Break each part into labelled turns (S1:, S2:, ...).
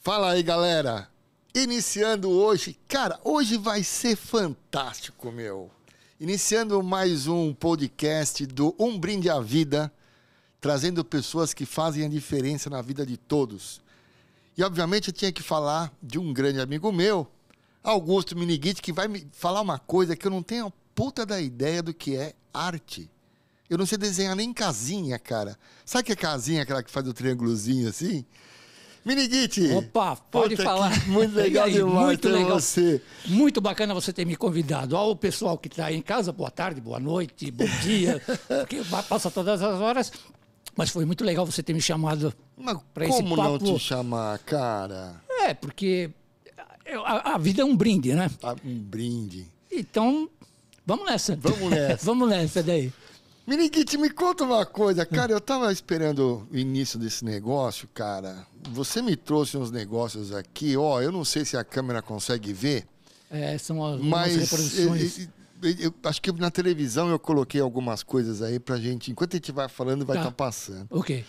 S1: Fala aí, galera. Iniciando hoje, cara, hoje vai ser fantástico, meu. Iniciando mais um podcast do Um Brinde à Vida, trazendo pessoas que fazem a diferença na vida de todos. E obviamente eu tinha que falar de um grande amigo meu, Augusto Miniguit, que vai me falar uma coisa que eu não tenho a puta da ideia do que é arte. Eu não sei desenhar nem casinha, cara. Sabe que é casinha aquela que faz o triângulozinho assim? Miniguit!
S2: Opa, pode
S1: Puta,
S2: falar.
S1: que muito legal
S2: E aí,
S1: demais
S2: muito
S1: ter
S2: legal.
S1: você.
S2: Muito bacana você ter me convidado. Ao pessoal que está aí em casa, boa tarde, boa noite, bom dia, porque va- passa todas as horas. Mas foi muito legal você ter me chamado.
S1: Mas
S2: Pra esse
S1: como não
S2: papo-
S1: te chamar, cara?
S2: É, porque eu- a, a vida é um brinde, né?
S1: Ah, Um brinde.
S2: Então, vamos nessa.
S1: Vamos nessa.
S2: vamos nessa daí.
S1: Miniguit, me conta uma coisa, cara. Eu tava esperando o início desse negócio, cara. Você me trouxe uns negócios aqui, ó. Eu não sei se a câmera consegue ver,
S2: É, são as
S1: mas.
S2: reproduções.
S1: eh, eh, eu acho que na televisão eu coloquei algumas coisas aí pra gente. Enquanto a gente vai falando, vai
S2: Tá.
S1: estar passando.
S2: Ok.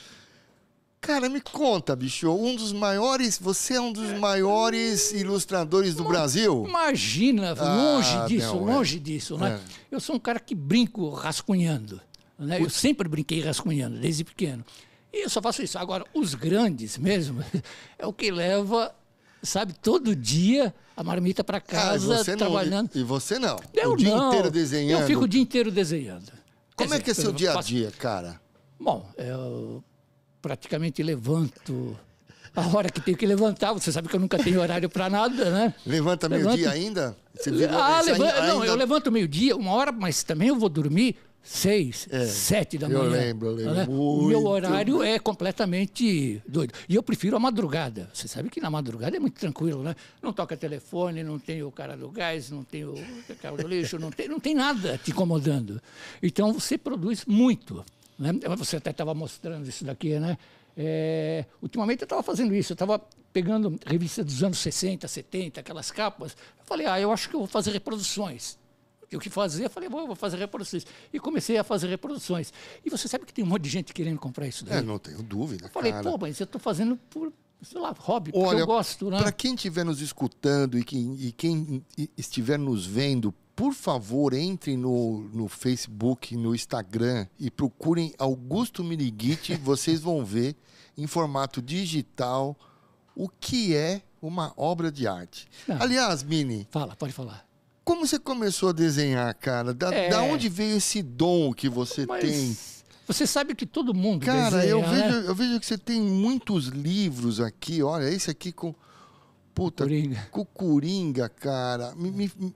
S1: Cara, me conta, bicho. Um dos maiores. Você é um dos maiores ilustradores do Brasil?
S2: Tipo, Imagina, longe
S1: Ah,
S2: disso,
S1: não, é.
S2: longe disso, né? Eu sou um cara que brinco rascunhando, né? Eu sempre brinquei rascunhando, desde pequeno. E eu só faço isso. Agora, os grandes mesmo, é o que leva, sabe, todo dia a marmita para
S1: Ah, e
S2: casa,
S1: você não-
S2: trabalhando.
S1: e você não.
S2: Eu
S1: o dia
S2: não.
S1: inteiro desenhando.
S2: Eu fico o dia inteiro desenhando. Quer
S1: Como é
S2: dizer,
S1: que é seu
S2: eu
S1: dia a
S2: faço-
S1: dia, cara?
S2: Bom, eu praticamente levanto a hora que tenho que levantar. Você sabe que eu nunca tenho horário para nada, né?
S1: Levanta
S2: Levanto-
S1: meio-dia ainda? Você vive-
S2: Ah,
S1: você
S2: levanta,
S1: ainda- É,
S2: não, eu
S1: ainda-
S2: levanto meio-dia, uma hora, mas também eu vou dormir seis,
S1: É,
S2: sete da
S1: eu
S2: manhã. né?
S1: lembro, eu lembro.
S2: O meu
S1: Muito.
S2: horário é completamente doido. E eu prefiro a madrugada. Você sabe que na madrugada é muito tranquilo, né? Não toca telefone, não tem o cara do gás, não tem o cara do lixo, não tem, não tem nada te incomodando. Então você produz muito. Né? Você até estava mostrando isso daqui, né? É, ultimamente eu estava fazendo isso, eu estava pegando revista dos anos 60, 70, aquelas capas. Eu falei, ah, eu acho que eu vou fazer reproduções. E o que fazer? Eu falei, vou, vou fazer reproduções. E comecei a fazer reproduções. E você sabe que tem um monte de gente querendo comprar isso daí.
S1: É, não tenho dúvida,
S2: eu falei,
S1: cara.
S2: pô, mas eu estou fazendo por, sei lá, hobby, porque
S1: Olha,
S2: eu gosto, né?
S1: para quem estiver nos escutando e quem, e quem i- estiver nos vendo, por favor, entrem no, no Facebook, no Instagram e procurem Augusto Miriguiti. vocês vão ver em formato digital o que é uma obra de arte.
S2: Ah.
S1: Aliás, Mini,
S2: Fala, pode falar.
S1: Como você começou a desenhar, cara? Da,
S2: É.
S1: da onde veio esse dom que você
S2: Mas
S1: tem?
S2: você sabe que todo mundo
S1: Cara,
S2: desenha,
S1: eu,
S2: né?
S1: vejo, eu vejo que você tem muitos livros aqui. Olha, esse aqui com. Puta,
S2: Coringa.
S1: com Coringa, cara. Me- me- me-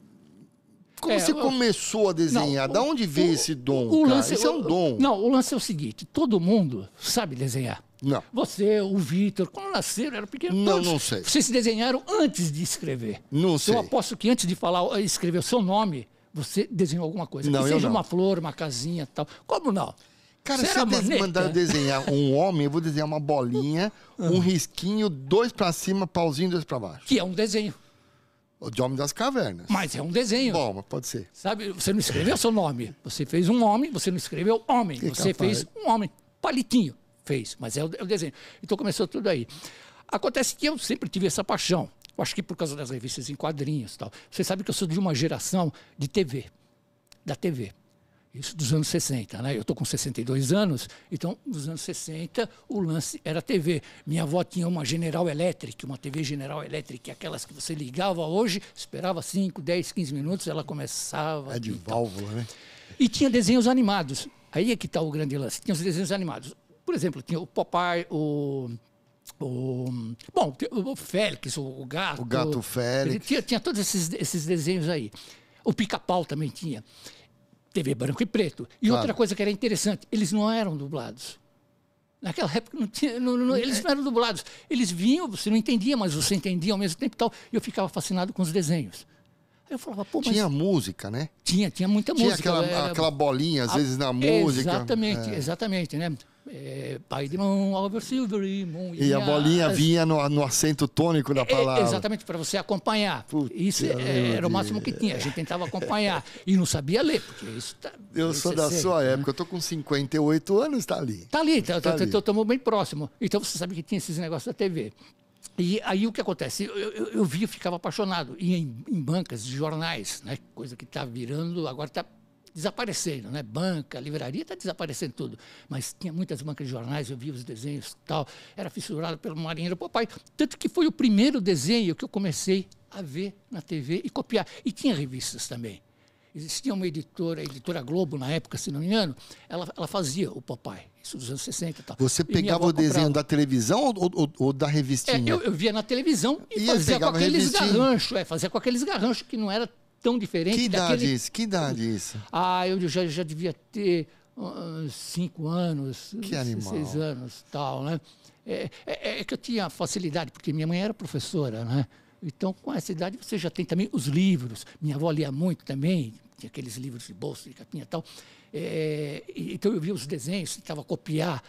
S1: como
S2: É,
S1: você
S2: eu-
S1: começou a desenhar?
S2: Não,
S1: da
S2: o-
S1: onde veio
S2: o-
S1: esse dom,
S2: o
S1: cara?
S2: lance-
S1: Isso é um
S2: o-
S1: dom.
S2: Não, o lance é o seguinte, todo mundo sabe desenhar.
S1: Não.
S2: Você, o Vitor, quando nasceram, era pequeno.
S1: Não,
S2: todos-
S1: não sei.
S2: Vocês desenharam antes de escrever.
S1: Não sei.
S2: Eu aposto que antes de falar, eh, escrever o seu nome, você desenhou alguma coisa.
S1: Não,
S2: que
S1: eu
S2: seja
S1: não.
S2: uma flor, uma casinha tal. Como não?
S1: Cara,
S2: Você
S1: se
S2: era
S1: você
S2: maneta?
S1: mandar eu desenhar um homem, eu vou desenhar uma bolinha,
S2: Ah.
S1: um risquinho, dois pra cima, pauzinho, dois pra baixo.
S2: Que é um desenho.
S1: O de Homem das Cavernas.
S2: Mas é um desenho.
S1: Bom, mas pode ser.
S2: Sabe, você não escreveu seu nome. Você fez um homem, você não escreveu homem. você
S1: capaz.
S2: fez um homem. Palitinho. Fez, mas é o, é o desenho. Então começou tudo aí. Acontece que eu sempre tive essa paixão. Eu acho que por causa das revistas em quadrinhos e tal. Você sabe que eu sou de uma geração de TV. Da TV. Isso dos anos 60, né? Eu estou com 62 anos, então nos anos 60 o lance era TV. Minha avó tinha uma General Electric, uma TV General Electric, aquelas que você ligava hoje, esperava 5, 10, 15 minutos, ela começava.
S1: É de
S2: e tal.
S1: válvula, né?
S2: E tinha desenhos animados. Aí é que está o grande lance. Tinha os desenhos animados. Por exemplo, tinha o Popeye, o. o bom, o Félix, o, o gato.
S1: O Gato Félix.
S2: Tinha, tinha todos esses, esses desenhos aí. O pica-pau também tinha. TV branco e preto. E
S1: Claro.
S2: outra coisa que era interessante, eles não eram dublados. Naquela época não tinha, não- não- eles não eram dublados. Eles vinham, você não entendia, mas você entendia ao mesmo tempo e tal. E eu ficava fascinado com os desenhos. Aí eu falava, pô, mas
S1: Tinha música, né?
S2: tinha, tinha muita
S1: Tinha
S2: música.
S1: aquela,
S2: era-
S1: aquela bolinha, às vezes, na música.
S2: Exatamente, exatamente, né? É, pai de mão, Oliver Silvery, Moon,
S1: E a bolinha vinha no, no acento tônico da
S2: É,
S1: palavra.
S2: exatamente, para você acompanhar.
S1: Puta
S2: isso é,
S1: meu
S2: era o máximo que tinha. A gente tentava acompanhar. e não sabia ler, porque isso tá.
S1: Eu sou da
S2: 16.
S1: sua época, eu tô com 58 anos, tá ali.
S2: Tá ali, tá,
S1: Tá
S2: né? tá,
S1: ali.
S2: Então, estamos bem próximo. Então você sabe que tinha esses negócios da TV. E aí o que acontece? Eu, eu, eu via, ficava apaixonado. Ia em, em bancas de jornais, né? coisa que está virando, agora está desaparecendo, né? Banca, livraria, está desaparecendo tudo. Mas tinha muitas bancas de jornais, eu via os desenhos e tal. Era fissurado pelo marinheiro papai. Tanto que foi o primeiro desenho que eu comecei a ver na TV e copiar. E tinha revistas também. Existia uma editora, a editora Globo, na época, se não me engano, ela, ela fazia o papai, isso dos anos 60 e tal.
S1: Você
S2: E minha
S1: pegava
S2: avó
S1: o desenho
S2: comprava.
S1: da televisão ou, ou- ou da
S2: É,
S1: revistinha?
S2: eu, eu via na televisão e
S1: Ia,
S2: fazia com
S1: pegava
S2: aqueles
S1: revistinha.
S2: garranchos, é, fazia com aqueles garranchos que não era tão diferente
S1: Que idade
S2: daquele
S1: isso? Que idade isso?
S2: ah, eu já, já devia ter ah, cinco anos,
S1: Que animal.
S2: seis anos, tal, né? É, é- é que eu tinha facilidade, porque minha mãe era professora, né? Então, com essa idade, você já tem também os livros. Minha avó lia muito também, tinha aqueles livros de bolsa, de capinha e tal. É, e- então, eu via os desenhos, tentava copiar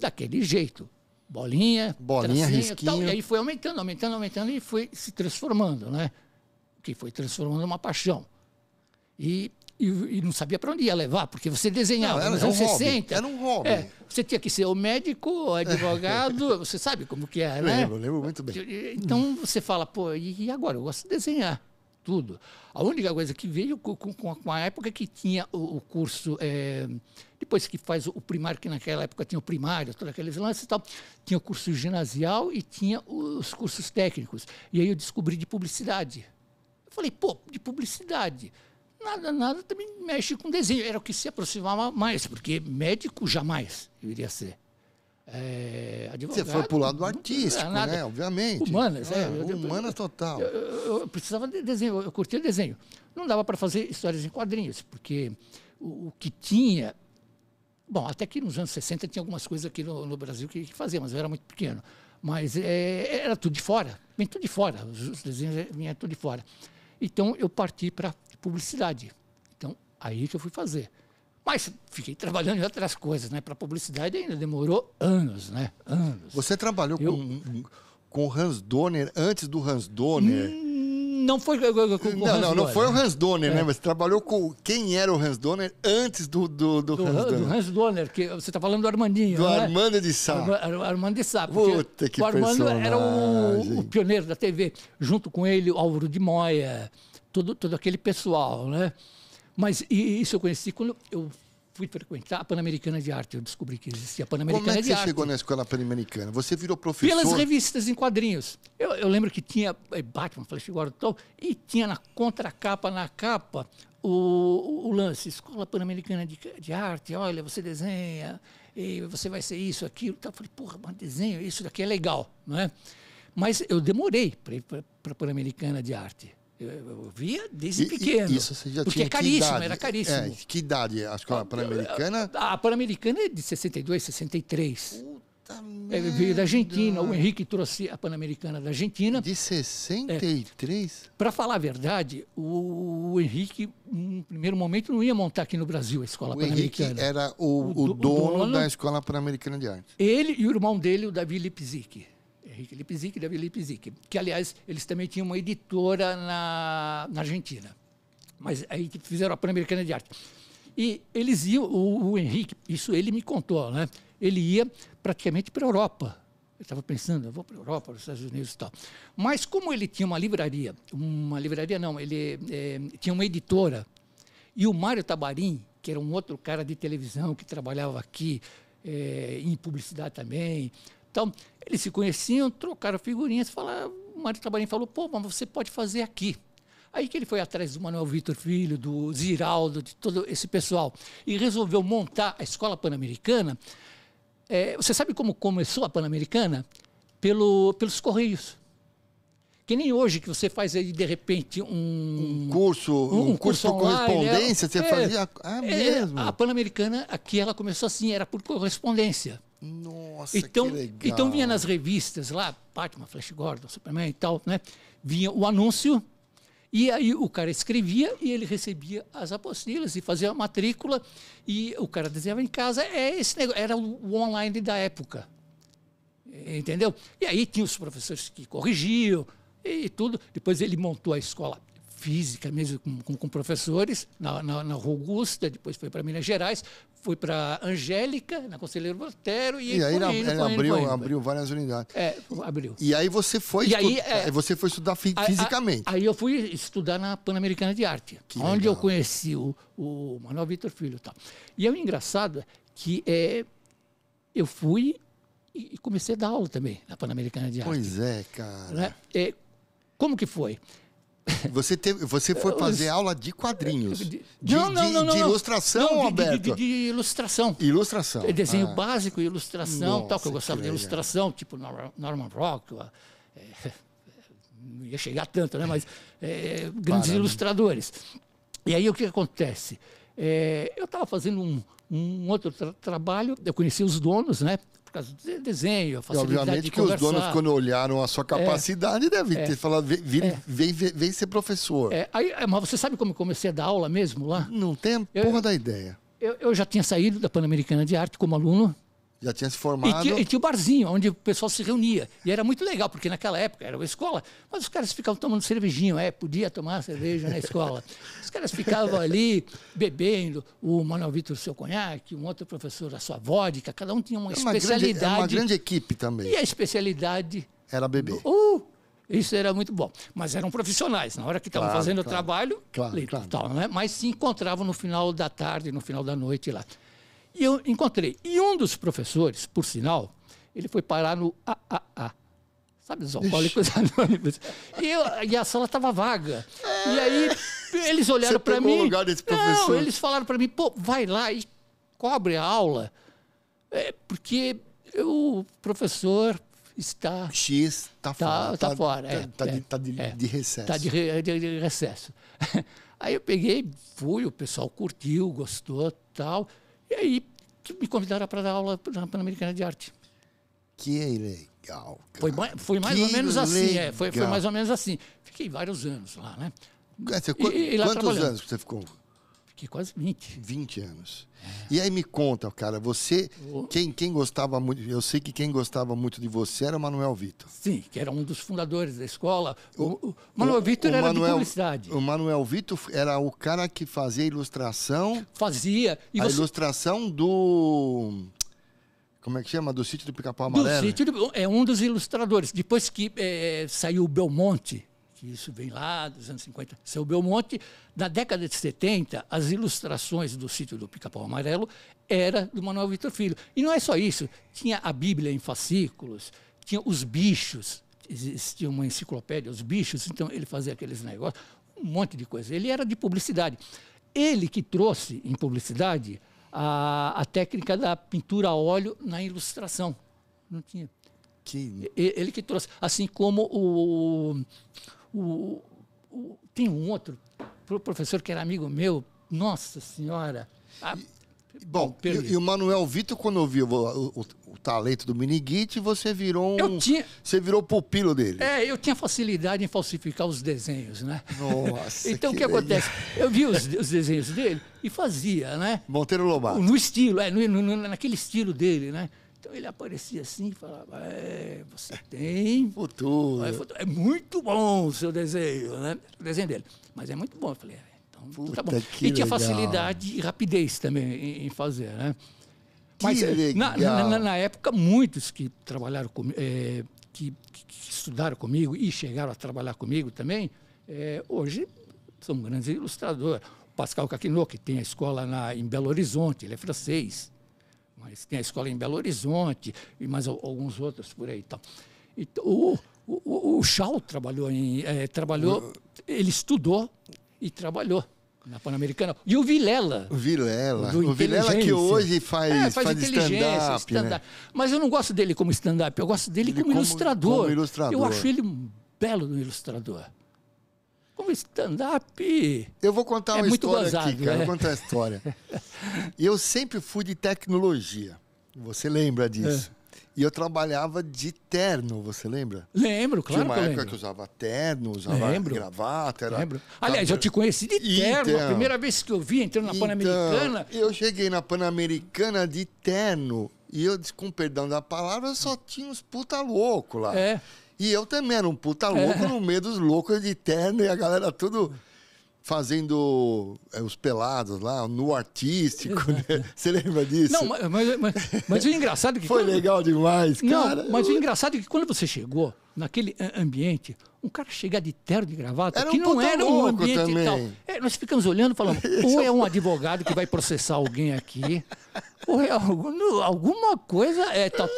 S2: daquele jeito. Bolinha,
S1: Bolinha,
S2: tracinho e tal.
S1: risquinho.
S2: E aí foi aumentando, aumentando, aumentando e foi se transformando, né? Que foi transformando numa paixão e, e, e não sabia para onde ia levar, porque você desenhava
S1: Não, era
S2: nos
S1: um
S2: anos
S1: hobby,
S2: 60.
S1: era um hobby.
S2: É, você tinha que ser o médico, o advogado, você sabe como que é, né?
S1: Lembro, lembro muito bem. Uhum.
S2: Então você fala, pô, e e agora? Eu gosto de desenhar tudo. A única coisa que veio co- com, com a- com a época que tinha o, o curso, eh, depois que faz o, o primário, que naquela época tinha o primário, todos aqueles lances e tal, tinha o curso ginasial e tinha os cursos técnicos. E aí eu descobri de publicidade. Eu falei, pô, de publicidade. Nada, nada também mexe com desenho. Era o que se aproximava mais, porque médico jamais eu iria ser. Eh,
S1: Você
S2: advogado,
S1: foi pro lado
S2: nunca-
S1: artístico,
S2: nada.
S1: né? Obviamente.
S2: Humanas, é. Eu- eu-
S1: Humanas total.
S2: Eu, eu- eu precisava de desenho, eu curtia desenho. Não dava para fazer histórias em quadrinhos, porque o, o que tinha. Bom, até que nos anos 60 tinha algumas coisas aqui no, no Brasil que, que fazia, mas eu era muito pequeno. Mas é, era tudo de fora, vem tudo de fora, os, os desenhos vinham tudo de fora. Então eu parti para publicidade. Então aí que eu fui fazer. Mas fiquei trabalhando em outras coisas, né? Para publicidade ainda demorou anos, né? Anos.
S1: Você trabalhou com, um, com o Hans Donner antes do Hans Donner?
S2: Hum, Não foi com, com, com
S1: não, não, não
S2: Hans
S1: foi
S2: Donner. É.
S1: o Hans Donner, né? Mas trabalhou com quem era o Hans Donner antes do, do, do
S2: do,
S1: Hans
S2: Han- do
S1: Donner.
S2: Hans Donner, que você está falando do Armandinho,
S1: Do
S2: né?
S1: Armando de Sá.
S2: Arma- Ar- Armando de Sá.
S1: Puta
S2: porque
S1: que
S2: o Armando era o,
S1: personagem.
S2: o pioneiro da TV. Junto com ele, o Álvaro de Moya, todo, todo aquele pessoal, né? Mas e isso eu conheci quando eu fui frequentar a Pan-Americana de Arte. Eu descobri que existia a
S1: Como
S2: Pan-Americana
S1: é que
S2: de
S1: você
S2: Arte.
S1: chegou na escola pan-americana? Você virou professor?
S2: Pelas revistas em quadrinhos. Eu, eu lembro que tinha eh, Batman, Flash Gordon e tal, e tinha na contracapa, na capa, o, o- o lance, Escola Pan-Americana de, de Arte, olha, você desenha, e você vai ser isso, aquilo. tal. Eu falei, porra, mas desenho, isso daqui é legal, não é? Mas eu demorei para ir para a Pan-Americana de Arte. Eu, eu via desde
S1: E- e-
S2: pequeno.
S1: isso você já
S2: porque
S1: tinha
S2: é
S1: que
S2: caríssimo,
S1: idade?
S2: era caríssimo. Ah,
S1: É, que idade? A escola pan-americana?
S2: A Pan-Americana é de 62, 63.
S1: Puta
S2: É,
S1: merda.
S2: veio da Argentina, o Henrique trouxe a Pan-Americana da Argentina.
S1: De 63?
S2: Para falar a verdade, o, o Henrique, num primeiro momento, não ia montar aqui no Brasil a escola
S1: O Henrique
S2: pan-americana.
S1: era o,
S2: O
S1: o
S2: do- o
S1: dono,
S2: dono-
S1: da escola pan-americana de arte.
S2: Ele e o irmão dele, o Davi Lipzik. Henrique Lipzik e Davi Lipzik. Que, aliás, eles também tinham uma editora na, na Argentina. Mas aí que fizeram a Pan-Americana de Arte. E eles iam, o, o Henrique, isso ele me contou, né? Ele ia praticamente para a Europa. Eu estava pensando, eu vou para a Europa, para os Estados Unidos e tal. Mas como ele tinha uma livraria, uma livraria não, ele eh, tinha uma editora e o Mário Tabarim, que era um outro cara de televisão que trabalhava aqui eh, em publicidade também. Então, eles se conheciam, trocaram figurinhas, falaram, o Mário Tabarim falou, pô, mas você pode fazer aqui. Aí que ele foi atrás do Manuel Vitor Filho, do Ziraldo, de todo esse pessoal, e resolveu montar a Escola Pan-Americana. Eh, você sabe como começou a Pan-Americana? Pelo, pelos Correios. Que nem hoje que você faz aí, de repente, um
S1: Um curso, um, curso, por
S2: online,
S1: correspondência,
S2: é,
S1: você
S2: é,
S1: fazia... Ah,
S2: é,
S1: mesmo?
S2: A Pan-Americana, aqui ela começou assim, era por correspondência.
S1: Nossa,
S2: Então,
S1: que legal.
S2: então vinha nas revistas lá, Batman, Flash Gordon, Superman e tal, né? Vinha o anúncio e aí o cara escrevia e ele recebia as apostilas e fazia a matrícula e o cara desenhava em casa. É esse negócio, era o online da época. Entendeu? E aí tinha os professores que corrigiam e tudo. Depois ele montou a escola física mesmo com, com- com professores na, na, na Rua Augusta, depois foi para Minas Gerais, fui para Angélica, na Conselheiro Voltero, e,
S1: E aí ele,
S2: fui indo,
S1: ele
S2: fui indo, fui
S1: abriu,
S2: indo.
S1: abriu várias unidades.
S2: É, abriu.
S1: E aí você foi,
S2: E aí,
S1: estu-
S2: é-
S1: você foi estudar fi-
S2: A- a-
S1: fisicamente.
S2: Aí eu fui estudar na Pan-Americana de Arte, onde
S1: legal.
S2: eu conheci o, o Manuel Vitor Filho e tal. E aí o engraçado é que é, eu fui e e comecei a dar aula também na Pan-Americana de Arte.
S1: pois é, cara.
S2: né? É, como que foi? É.
S1: Você, teve, você foi fazer aula de quadrinhos. De,
S2: Não, não,
S1: de-
S2: não, não,
S1: de
S2: não.
S1: ilustração,
S2: Não, de- de-
S1: Alberto?
S2: de- de ilustração.
S1: Ilustração.
S2: É desenho
S1: Ah,
S2: básico, ilustração, tal, que
S1: Nossa,
S2: eu gostava
S1: que
S2: de
S1: legal.
S2: ilustração, tipo Nor- Norman Rockwell, é, não ia chegar tanto, né? Mas é, grandes
S1: Para, né?
S2: ilustradores. E aí o que acontece? É, eu estava fazendo um, um outro tra- trabalho, eu conheci os donos, né? Por causa do desenho, a
S1: e
S2: facilidade de
S1: obviamente que os
S2: conversar. É.
S1: donos, quando olharam a sua capacidade, devem ter falado: "Vem- vem, vem, vem, vem ser professor.
S2: É, aí, é, mas você sabe como eu comecei a dar aula mesmo lá?
S1: Não tem a
S2: Eu-
S1: porra da ideia.
S2: Eu, eu já tinha saído da Pan-Americana de Arte como aluno,
S1: Já tinha se
S2: E
S1: formado.
S2: tinha, e tinha o barzinho, onde o pessoal se reunia. E era muito legal, porque naquela época era uma escola, mas os caras ficavam tomando cervejinho, é, podia tomar cerveja na escola. Os caras ficavam ali bebendo, o Manuel Vitor seu conhaque, um outro professor a sua vodka, cada um tinha uma
S1: Era É uma grande- era
S2: especialidade.
S1: uma grande equipe também.
S2: E é- a especialidade
S1: Era bebê.
S2: Uh, isso era muito bom. Mas eram profissionais. Na hora que estavam
S1: Claro,
S2: fazendo
S1: claro.
S2: o trabalho,
S1: Claro,
S2: ali,
S1: claro.
S2: tal, né? mas se encontravam no final da tarde, no final da noite lá. E eu encontrei. E um dos professores, por sinal, ele foi parar no AAA. Sabe, os alcoólicos anônimos. E, eu- e a sala estava vaga. E aí eles
S1: É. Você
S2: olharam para
S1: pegou
S2: mim.
S1: o lugar desse
S2: Não,
S1: professor."
S2: eles falaram para mim, pô, vai lá e cobre a aula. É, porque o professor está
S1: X tá, fora.
S2: tá, tá fora. é,
S1: Tá, tá de,
S2: é,
S1: tá de,
S2: é.
S1: de recesso.
S2: Tá de, re- de- de recesso. Aí eu peguei, fui, o pessoal curtiu, gostou tal. E aí que me convidaram para dar aula na Pan-Americana de Arte.
S1: Que legal. Cara.
S2: Foi, mai- foi mais
S1: Que
S2: ou menos assim. é, foi, foi
S1: legal.
S2: mais ou menos assim. Fiquei vários anos lá, né?
S1: É, você- qu-
S2: e lá
S1: quantos
S2: trabalhando.
S1: anos que você ficou?
S2: Fiquei quase 20.
S1: 20 anos.
S2: É.
S1: E aí me conta, cara, você. Quem, quem gostava muito. Eu sei que quem gostava muito de você era o Manuel Vitor.
S2: Sim, que era um dos fundadores da escola. O, o Manuel Vitor
S1: o
S2: era de
S1: Manuel-
S2: publicidade.
S1: O Manuel Vitor era o cara que fazia a ilustração.
S2: Fazia. E
S1: a
S2: você,
S1: ilustração do. Como é que chama? Do sítio do Pica-Pau
S2: Do
S1: Amarelo?
S2: sítio do- é um dos ilustradores. Depois que eh, saiu o Belmonte, que isso vem lá dos anos 50, saiu o Belmonte, na década de 70, as ilustrações do sítio do Pica-Pau Amarelo era do Manuel Vitor Filho. E não é só isso. Tinha a Bíblia em fascículos, tinha os bichos, existia uma enciclopédia, os bichos, então ele fazia aqueles negócios, um monte de coisa. Ele era de publicidade. Ele que trouxe em publicidade a, a técnica da pintura a óleo na ilustração. Não tinha.
S1: Que-
S2: E- Ele que trouxe. Assim como o. o- o- tem um outro pro- professor que era amigo meu, nossa senhora. Ah,
S1: Bom, e,
S2: perdi.
S1: e o Manuel Vitor, quando eu vi o, o- o talento do Miniguit, você virou um.
S2: Eu tinha-
S1: Você virou pupilo dele.
S2: É, eu tinha facilidade em falsificar os desenhos, né?
S1: Nossa,
S2: então o
S1: que
S2: que acontece? Eu vi os, os desenhos dele e fazia, né?
S1: Monteiro Lobato.
S2: No estilo, é, no, no- naquele estilo dele, né? Então ele aparecia assim e falava: É, você tem
S1: Futuro.
S2: Aí eu falei, é muito bom o seu desenho, né? O desenho dele. Mas é muito bom. Eu falei, é, então
S1: Puta,
S2: tá bom.
S1: que
S2: E tinha
S1: legal.
S2: facilidade e rapidez também em, em fazer, né?
S1: Que
S2: eh, na,
S1: legal.
S2: na- na época, muitos que trabalharam comigo, que, que estudaram comigo e chegaram a trabalhar comigo também, eh, hoje são grandes ilustradores. O Pascal Caquinot, que tem a escola na- em Belo Horizonte, ele é francês. Mas tem a escola em Belo Horizonte e mais al- alguns outros por aí. e tal. Então, o, o- o, o Shaw trabalhou em. eh, trabalhou, ele estudou e trabalhou na Pan-Americana. E o Vilela.
S1: O Vilela.
S2: Do
S1: o Vilela que
S2: inteligência.
S1: hoje faz,
S2: É,
S1: faz stand-up. né?
S2: Mas eu não gosto dele como stand-up, eu gosto dele
S1: Ele
S2: como,
S1: como-
S2: ilustrador.
S1: como ilustrador.
S2: Eu acho ele um belo ilustrador. Como stand-up.
S1: Eu vou contar
S2: É
S1: uma
S2: muito
S1: história aqui,
S2: gozado,
S1: cara.
S2: né?
S1: Vou contar a história. eu sempre fui de tecnologia. Você lembra disso?
S2: É.
S1: E eu trabalhava de terno, você lembra?
S2: Lembro, claro
S1: Tinha uma
S2: que eu
S1: época
S2: lembro.
S1: que eu usava terno, usava
S2: Lembro.
S1: gravata. Era...
S2: Lembro. Aliás, eu te conheci de
S1: E
S2: terno.
S1: terno.
S2: A primeira vez que eu vi entrando na
S1: Então,
S2: Pan-Americana,
S1: Eu cheguei na Pan-Americana de terno. E eu, disse, com perdão da palavra, eu só tinha uns puta louco lá.
S2: Hum. É.
S1: E eu também era um puta louco no meio dos loucos de terno e a galera tudo. fazendo é, os pelados lá, no artístico. né? Você lembra disso?
S2: Não, mas, mas, mas, mas o engraçado é que.
S1: Foi
S2: quando-
S1: legal demais, cara.
S2: Não, mas o engraçado é que quando você chegou naquele a- ambiente, um cara chegar de terno e gravata,
S1: Era
S2: que
S1: um
S2: não
S1: puta
S2: era um
S1: louco
S2: ambiente
S1: também.
S2: e tal. É, nós ficamos olhando e falamos, ou é um advogado que vai processar alguém aqui, ou é algum- alguma coisa é tal.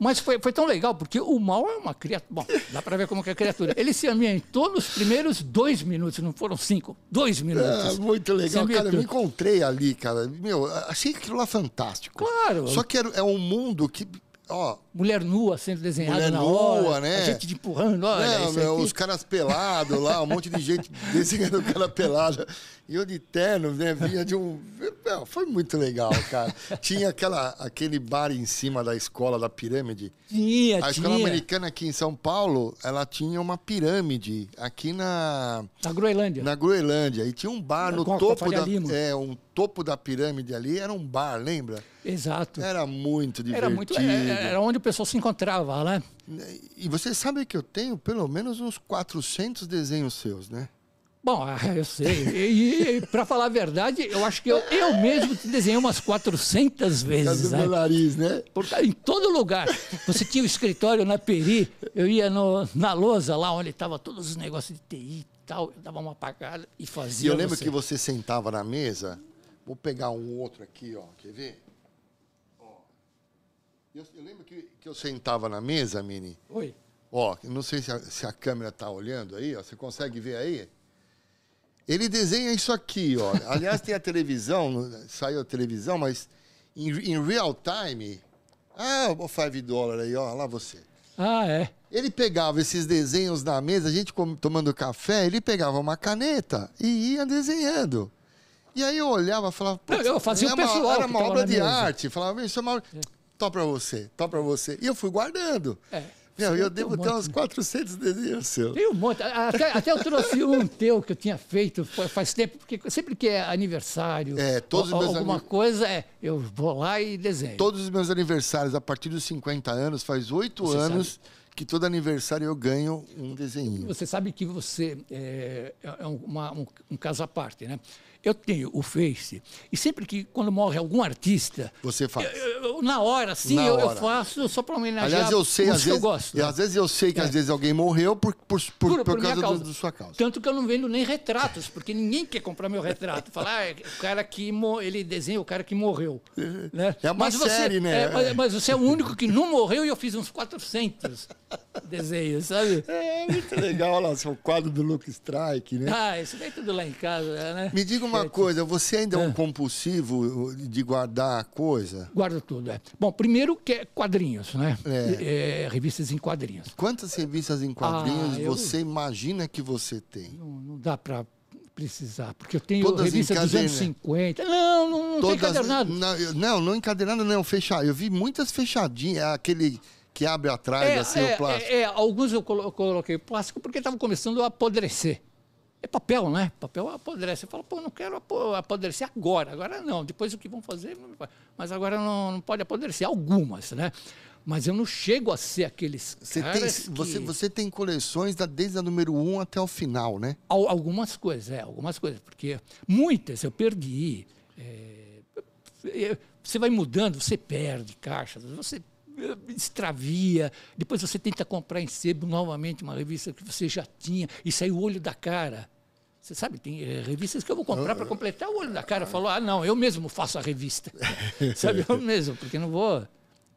S2: Mas foi, foi tão legal, porque o mal é uma criatura. Bom, dá pra ver como que é a criatura. Ele se ambientou nos primeiros dois minutos, não foram cinco, dois
S1: Ah,
S2: minutos.
S1: muito
S2: Se
S1: legal,
S2: ambientou.
S1: cara. Eu me encontrei ali, cara. Meu, achei aquilo lá fantástico.
S2: Claro.
S1: Só que era- é um mundo que, ó,
S2: Mulher nua sendo desenhada
S1: Mulher
S2: na
S1: nua,
S2: hora.
S1: né?
S2: A gente te empurrando, olha.
S1: Não,
S2: isso
S1: meu,
S2: aqui.
S1: os caras pelados lá, um monte de gente desenhando o cara pelado. E eu de terno, né? Vinha de um. Meu, foi muito legal, cara. Tinha aquela, aquele bar em cima da escola, da pirâmide.
S2: Tinha,
S1: A escola
S2: É, tinha.
S1: americana aqui em São Paulo, ela tinha uma pirâmide aqui na,
S2: Na Groenlândia.
S1: na Groenlândia. E tinha um bar no
S2: Com a- com a
S1: topo
S2: Faria
S1: da.
S2: Lima.
S1: É, um topo da pirâmide ali era um bar, lembra?
S2: Exato.
S1: Era muito É, divertido.
S2: Hum. Era muito. é, Era, era onde o pessoal se encontrava né? lá.
S1: E você sabe que eu tenho pelo menos uns 400 desenhos seus, né?
S2: Bom, ah, eu sei. E, e para falar a verdade, eu acho que eu, eu mesmo te desenhei umas 400 vezes.
S1: Caso do meu
S2: sabe?
S1: nariz, né?
S2: Por ca- em todo lugar. Você tinha o escritório na Peri, eu ia no- na lousa lá onde estava todos os negócios de TI e tal, eu dava uma apagada e
S1: E
S2: fazia.
S1: eu lembro
S2: você.
S1: que você sentava na mesa. Vou pegar um outro aqui, ó. Quer ver? Ó. Eu, eu lembro que, que eu sentava na mesa, Mini.
S2: Oi.
S1: Ó, eu não sei se a, se a câmera tá olhando aí, ó. Você consegue ver aí? Ele desenha isso aqui, ó. Aliás, tem a televisão, no- saiu a televisão, mas em, em real time. Ah, o 5 dólar aí, ó. Lá você.
S2: Ah, é.
S1: Ele pegava esses desenhos na mesa, a gente com- tomando café, ele pegava uma caneta e ia desenhando. E aí eu olhava e falava, "Putz,
S2: Eu- eu fazia o
S1: era
S2: pessoal
S1: uma, era
S2: que
S1: uma
S2: tava
S1: obra
S2: na
S1: de
S2: mesa."
S1: arte. Falava, isso é uma obra. Tó pra você, tó pra você. E eu fui guardando.
S2: É.
S1: Meu,
S2: Você
S1: eu
S2: tem um
S1: devo ter
S2: monte,
S1: uns 400 desenhos seus.
S2: Tem um monte. Até, até eu trouxe um teu que eu tinha feito fa- faz tempo, porque sempre que é aniversário,
S1: É, todos os
S2: ou- ou
S1: meus
S2: alguma
S1: ani-
S2: coisa, é, eu vou lá e desenho.
S1: Todos os meus aniversários, a partir dos 50 anos, faz oito
S2: Você
S1: anos que todo aniversário eu ganho um desenho.
S2: Você sabe que você é, é um- uma- um, um caso à parte, né? Eu tenho o Face e sempre que, quando morre algum artista,
S1: Você faz.
S2: eu- eu- na hora, sim,
S1: Na
S2: eu, eu
S1: hora.
S2: faço só para homenagear
S1: Aliás, eu sei,
S2: os
S1: às
S2: que
S1: vezes,
S2: eu gosto. né? É.
S1: e às vezes eu sei que às vezes alguém morreu por, por, por, por
S2: minha
S1: causa do-
S2: causa.
S1: do sua causa.
S2: Tanto que eu não vendo nem retratos, porque ninguém quer comprar meu retrato. Falar, ah, o cara que mo- ele desenha o cara que morreu. Né?
S1: É uma
S2: você,
S1: série, né?
S2: é, mas, mas você é o único que não morreu e eu fiz uns 400 desenhos, sabe?
S1: É muito legal, olha lá, seu quadro do Luke Strike, né?
S2: Ah, isso daí tudo lá em casa, né?
S1: Me diga uma coisa, você ainda
S2: Ah.
S1: é um compulsivo de guardar coisa?
S2: Guardo tudo, é. Bom, primeiro que é quadrinhos, né? É, revistas em quadrinhos.
S1: Quantas revistas em quadrinhos
S2: Ah, eu-
S1: você imagina que você tem?
S2: Não, não dá para precisar, porque eu tenho
S1: Todas né?
S2: revista dos
S1: encadena-
S2: anos 50. Não, não, não tem cadernado.
S1: Não, eu- não, não encadernado, não, fechado. Eu vi muitas fechadinhas, é aquele que abre atrás, assim, o plástico.
S2: é, é, alguns eu colo- coloquei plástico porque estavam começando a apodrecer. É papel, né? Papel apodrece. Eu falo, pô, não quero apo- apodrecer agora. Agora não. Depois o que vão fazer, não vai. mas agora não, não pode apodrecer. Algumas, né? Mas eu não chego a ser aqueles
S1: Você, tem,
S2: caras é que...
S1: você, você tem coleções da- desde a número 1 até o final, né?
S2: Al- Algumas coisas, é, algumas coisas, porque muitas eu perdi. é, é, você vai mudando, você perde caixas, você é, extravia, depois você tenta comprar em sebo novamente uma revista que você já tinha e sai o olho da cara. Você sabe, tem é, revistas que eu vou
S1: Ah,
S2: comprar para completar o olho da cara. Falou, ah, não, eu mesmo faço a revista. sabe, eu mesmo, porque não vou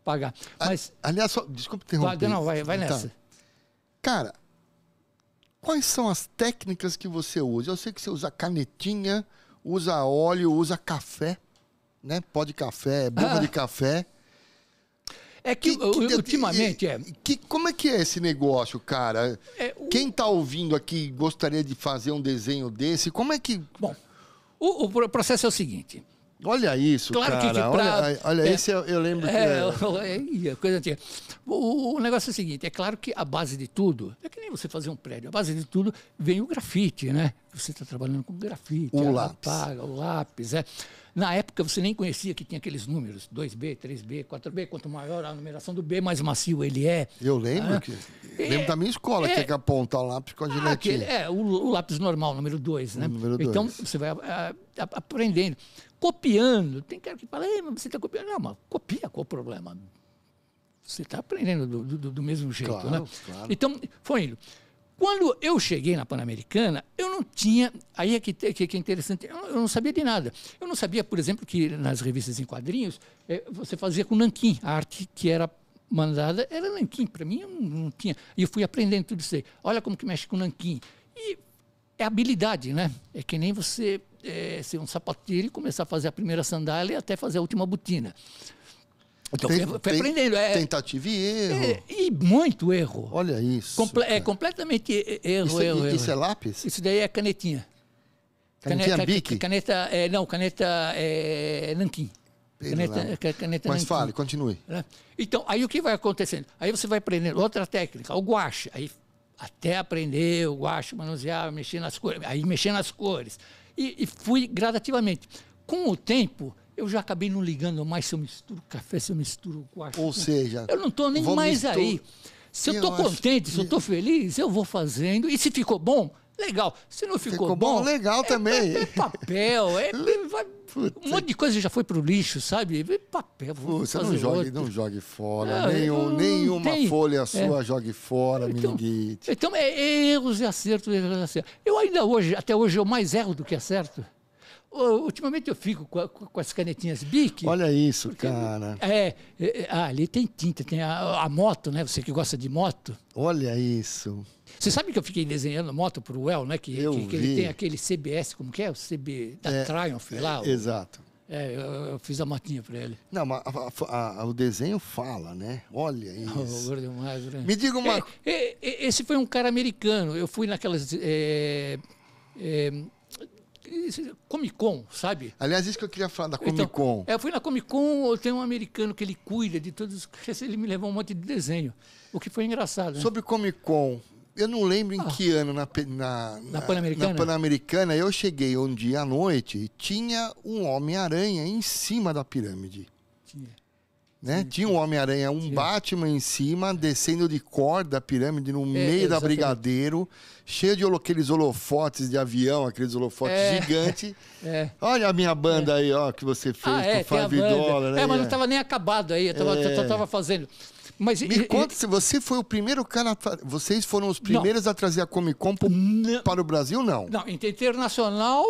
S2: pagar. Mas,
S1: Aliás, só, desculpa
S2: vai,
S1: interromper.
S2: não, vai, vai
S1: Ah, Tá.
S2: nessa.
S1: Cara, quais são as técnicas que você usa? Eu sei que você usa canetinha, usa óleo, usa café, né? Pó de café, bomba
S2: Ah.
S1: de café.
S2: É que, u-
S1: que-
S2: ultimamente,
S1: e-
S2: é,
S1: que- como é que é esse negócio, cara?
S2: É, o-
S1: Quem tá ouvindo aqui e gostaria de fazer um desenho desse? Como é que.
S2: bom, o- o pro- processo é o seguinte.
S1: Olha isso,
S2: Claro
S1: cara.
S2: que de
S1: olha,
S2: pra-
S1: olha
S2: é.
S1: esse eu, eu lembro que.
S2: É, é, ih, é coisa antiga. O, o negócio é o seguinte: é claro que a base de tudo, é que nem você fazer um prédio, a base de tudo vem o grafite, né? Você está trabalhando com grafite,
S1: O
S2: a
S1: lápis.
S2: Apaga, o lápis, é. Na época você nem conhecia que tinha aqueles números: 2B, 3B, 4B. Quanto maior a numeração do B, mais macio ele é.
S1: Eu lembro
S2: Ah,
S1: que. Lembro da minha escola, que tinha que apontar o lápis com a
S2: É. Ah, aquele,
S1: giletinha.
S2: é, o, o lápis normal, número 2, né?
S1: Número dois.
S2: então, você vai ah, a- aprendendo. Copiando, tem cara que fala, "Ei, mas você está copiando. Não, mas copia, qual o problema? Você está aprendendo do, do- do mesmo jeito,
S1: Claro,
S2: né?
S1: claro.
S2: Então, foi indo. Quando eu cheguei na Pan-Americana, eu não tinha. Aí é que, te- que, que é interessante, eu não, eu não sabia de nada. Eu não sabia, por exemplo, que nas revistas em quadrinhos, eh, você fazia com nanquim. A arte que era mandada era nanquim. Para mim, eu não, não tinha. E eu fui aprendendo tudo isso aí. Olha como que mexe com nanquim. E é habilidade, né? É que nem você eh, ser um sapateiro e começar a fazer a primeira sandália até fazer a última botina. Então,
S1: Tem-
S2: eu fui
S1: tem-
S2: aprendendo. É,
S1: Tentativa e erro.
S2: é, e muito erro.
S1: Olha isso.
S2: Comple- é
S1: cara.
S2: completamente e- e- erro,
S1: Isso,
S2: erro,
S1: i-
S2: erro.
S1: isso é lápis?
S2: Isso daí é canetinha.
S1: Canetinha
S2: Caneta-
S1: Bic?
S2: Caneta, é, não, caneta é, nanquim.
S1: Pelo amor.
S2: Caneta, ca- caneta
S1: Mas
S2: nanquim,
S1: fale, continue.
S2: né? Então, aí o que vai acontecendo? Aí você vai aprendendo outra técnica, o guache. Aí até aprender o guache, manusear, mexer nas cores. Aí mexer nas cores. E, e fui gradativamente. Com o tempo, eu já acabei não ligando mais se eu misturo café, se eu misturo guache.
S1: Ou seja,
S2: Eu não estou nem
S1: vou
S2: mais
S1: misturar.
S2: aí. Se eu
S1: Eu
S2: estou
S1: acho
S2: contente, se eu
S1: que-
S2: estou feliz, eu vou fazendo. E se ficou bom, legal. Se não ficou,
S1: Ficou bom, legal também.
S2: É, é papel, é, vai- um monte de coisa já foi pro lixo, sabe? É papel, vou
S1: Putz,
S2: fazer
S1: não jogue,
S2: outro.
S1: não jogue fora.
S2: Não,
S1: Nenhum-
S2: não
S1: nenhuma
S2: tem.
S1: folha
S2: É.
S1: sua jogue fora,
S2: Então,
S1: Minguite.
S2: então é erros e acertos, erros e acertos. Eu ainda hoje, até hoje, eu mais erro do que acerto. Ô, Ultimamente eu fico com, a- com as canetinhas Bic.
S1: Olha isso, cara.
S2: É, é, é, ah, ali tem tinta, tem a, a moto, né? Você que gosta de moto.
S1: Olha isso.
S2: Você sabe que eu fiquei desenhando moto pro Well, né? Que,
S1: Eu
S2: que, que
S1: vi.
S2: ele tem aquele CBS, como que é? O CB da Triumph lá. Ah, o-
S1: Exato.
S2: é, eu, eu fiz a motinha pra ele.
S1: Não, mas a- a- a- o desenho fala, né? Olha
S2: O
S1: isso.
S2: gordo magro, né?
S1: Me diga uma.
S2: É, é, esse foi um cara americano. Eu fui naquelas. É, é, esse- Comic Con, sabe?
S1: Aliás, isso que eu queria falar da
S2: Então,
S1: Comic Con.
S2: é, eu fui na Comic Con, tem um americano que ele cuida de todos os. caras, Ele me levou um monte de desenho. O que foi engraçado. Né?
S1: Sobre Comic Con, eu não lembro em que ano na, pe- na,
S2: Ah. Pan-Americana?
S1: na Pan-Americana, eu cheguei um dia à noite e tinha um Homem-Aranha em cima da pirâmide.
S2: Tinha.
S1: Né? Tinha um Homem-Aranha, um Batman em cima, descendo de corda a pirâmide no meio da
S2: É, exatamente.
S1: Brigadeiro, cheio de holo- aqueles holofotes de avião, aqueles holofotes
S2: É.
S1: gigantes.
S2: É.
S1: Olha a minha banda aí, ó, que você fez
S2: Ah, é,
S1: com
S2: tem a
S1: o Five
S2: banda.
S1: Dollar. né?
S2: É, mas não estava nem acabado aí, eu estava
S1: É.
S2: fazendo. Mas, e-
S1: Me
S2: e-
S1: conta se você foi o primeiro cara. a tra- Vocês foram os primeiros a trazer a Comic Con pro-
S2: Não.
S1: para o Brasil, não?
S2: Não, inter- internacional,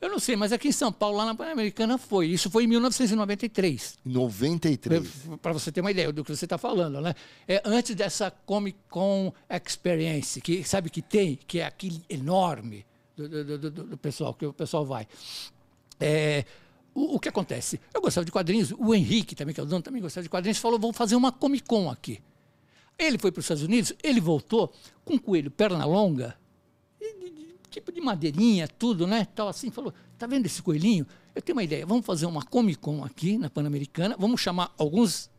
S2: eu não sei, mas aqui em São Paulo, lá na Pan-Americana foi. Isso foi em 1993,
S1: Em 93.
S2: para você ter uma ideia do que você está falando, né? É antes dessa Comic Con Experience, que sabe que tem, que é aquele enorme do, do- do- do- do pessoal, que o pessoal vai. É, o, o que acontece? Eu gostava de quadrinhos, o Henrique também, que é o dono, também gostava de quadrinhos, falou, vou fazer uma Comic Con aqui. Ele foi para os Estados Unidos, ele voltou com um coelho perna longa, e de- de- tipo de madeirinha, tudo, né? Tal assim, falou, tá vendo esse coelhinho? Eu tenho uma ideia, vamos fazer uma Comic Con aqui na Pan-Americana, vamos chamar alguns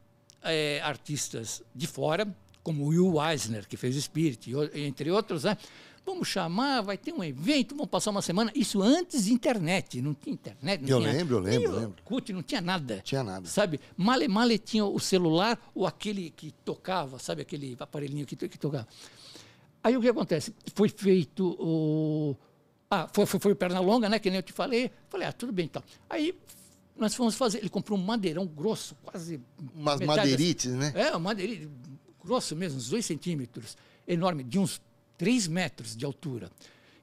S2: eh, artistas de fora, como o Will Eisner, que fez o Spirit, e o- entre outros, né? Vamos chamar, vai ter um evento, vamos passar uma semana. Isso antes de internet, não tinha internet. Não
S1: Eu
S2: tinha,
S1: lembro, eu
S2: nem
S1: lembro,
S2: o
S1: lembro.
S2: Orkut, não tinha nada.
S1: Tinha nada.
S2: Sabe? Male, male tinha o celular ou aquele que tocava, sabe? Aquele aparelhinho que, to- que tocava. Aí o que acontece? Foi feito o. Ah, foi, foi, foi o Pernalonga, né? Que nem eu te falei. Falei, ah, tudo bem então. Aí nós fomos fazer. Ele comprou um madeirão grosso, quase.
S1: Umas
S2: metade da-
S1: madeirites, né?
S2: É, um madeirite grosso mesmo, uns dois centímetros, enorme, de uns três metros de altura.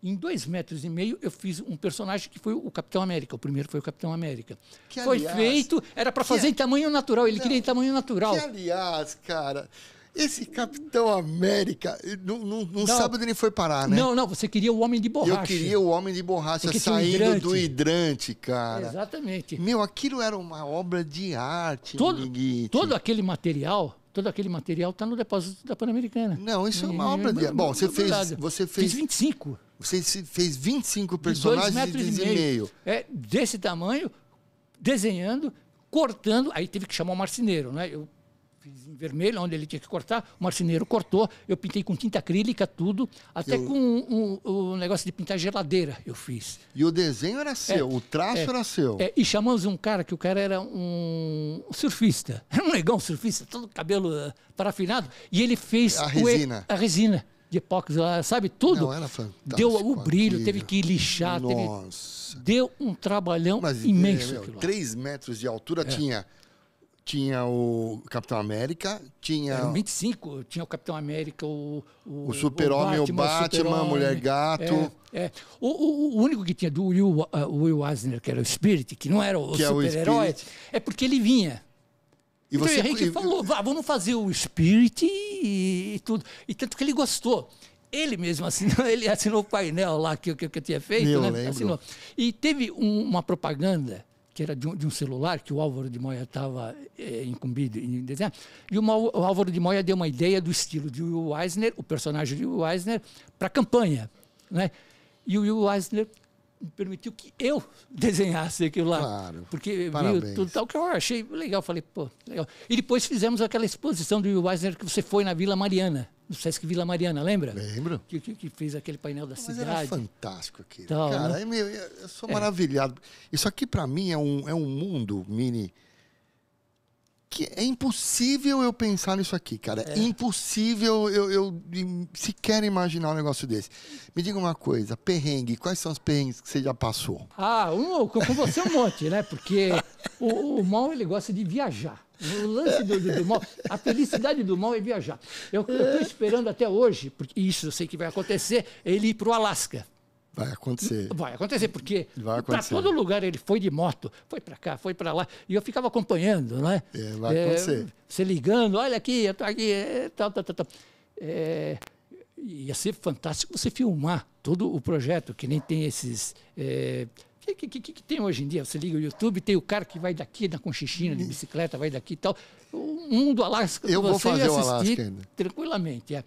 S2: Em dois metros e meio, eu fiz um personagem que foi o Capitão América. O primeiro foi o Capitão América.
S1: Que,
S2: foi
S1: aliás,
S2: feito, era para fazer em tamanho natural. Ele queria em tamanho natural.
S1: Que, aliás, cara, esse Capitão América ele não, não, não sabe onde ele foi parar, né?
S2: Não, não, você queria o Homem de Borracha.
S1: Eu queria o Homem de Borracha
S2: Porque tinha um
S1: saindo
S2: hidrante.
S1: do hidrante, cara.
S2: Exatamente.
S1: Meu, aquilo era uma obra de arte,
S2: todo,
S1: Minguite.
S2: todo aquele material, todo aquele material está no depósito da Pan-Americana.
S1: Não, isso é uma
S2: E-
S1: obra de arte. Bom, você fez-
S2: verdade.
S1: você fez-
S2: Fiz 25.
S1: Você se- fez 25
S2: de dois
S1: personagens
S2: metros
S1: de
S2: e meio. É, desse tamanho, desenhando, cortando. Aí teve que chamar o marceneiro, né? Eu fiz em vermelho, onde ele tinha que cortar, o marceneiro cortou, eu pintei com tinta acrílica tudo, até
S1: Eu-
S2: com um, um- um negócio de pintar geladeira eu fiz.
S1: E o desenho era seu, o traço era seu.
S2: É, e chamamos um cara que o cara era um surfista. Era um negão surfista, todo cabelo eh, parafinado. E ele fez
S1: A
S2: o e-
S1: resina.
S2: a resina de epóxi, lá, sabe? Tudo.
S1: Não, era um fantástico
S2: Deu o brilho,
S1: aquilo.
S2: teve que lixar. teve-
S1: Nossa.
S2: Deu um trabalhão
S1: Mas,
S2: imenso.
S1: é, meu,
S2: aquilo lá. É.
S1: 3 metros de altura tinha, tinha o Capitão América, tinha
S2: Eram 25, tinha o Capitão América, o...
S1: O Super-Homem, o Batman,
S2: Super-Homem.
S1: Mulher-Gato.
S2: É, é. O, o- o único que tinha do Will, ah, Will Eisner, que era o Spirit, que não era o
S1: Que é o
S2: super-herói,
S1: Spirit.
S2: é porque ele vinha.
S1: E
S2: então
S1: você-
S2: a gente
S1: e-
S2: falou, "Vá, vamos fazer o Spirit e, e tudo. E tanto que ele gostou. Ele mesmo assinou, ele assinou o painel lá que, eu- que, eu- que eu tinha feito.
S1: Eu
S2: né?
S1: lembro.
S2: Assinou. E teve um- uma propaganda que era de um, de um celular que o Álvaro de Moya estava incumbido em desenhar. E o Mau- o Álvaro de Moya deu uma ideia do estilo de Will Eisner, o personagem de Will Eisner, para a campanha. Né? E o Will Eisner permitiu que eu desenhasse aquilo lá.
S1: Claro.
S2: Porque viu
S1: Parabéns.
S2: tudo tal, que eu achei legal. Falei, pô, legal. E depois fizemos aquela exposição do Will Eisner que você foi na Vila Mariana, no Sesc Vila Mariana, lembra?
S1: Lembro.
S2: Que, que, que fez aquele painel da
S1: Mas
S2: cidade.
S1: era fantástico aquilo.
S2: Então,
S1: cara,
S2: né?
S1: é meu, eu eu sou maravilhado. Isso aqui pra mim é um, é um mundo, Mini, que é impossível eu pensar nisso aqui, cara. É impossível eu, eu im- sequer imaginar um negócio desse. Me diga uma coisa, perrengue, quais são os perrengues que você já passou?
S2: Ah, um, com com você um monte, né? Porque o, o mal ele gosta de viajar. O lance do, do, do mal, a felicidade do mal é viajar. Eu estou esperando até hoje, porque isso eu sei que vai acontecer, ele ir para o Alasca.
S1: Vai acontecer.
S2: Vai acontecer, porque
S1: Vai
S2: para
S1: acontecer.
S2: todo lugar ele foi de moto, foi para cá, foi para lá, e eu ficava acompanhando, né?
S1: É, vai acontecer.
S2: Você ligando, olha aqui, eu tô aqui, é, tal, tal, tal. tal. É, ia ser fantástico você filmar todo o projeto, que nem tem esses... É, que, que, que, que tem hoje em dia? Você liga o YouTube, tem o cara que vai daqui na Conchichina de bicicleta, vai daqui e tal. O mundo Alasca,
S1: Hum. Eu vou
S2: você ia
S1: fazer o
S2: assistir
S1: Alasca ainda.
S2: Tranquilamente, é.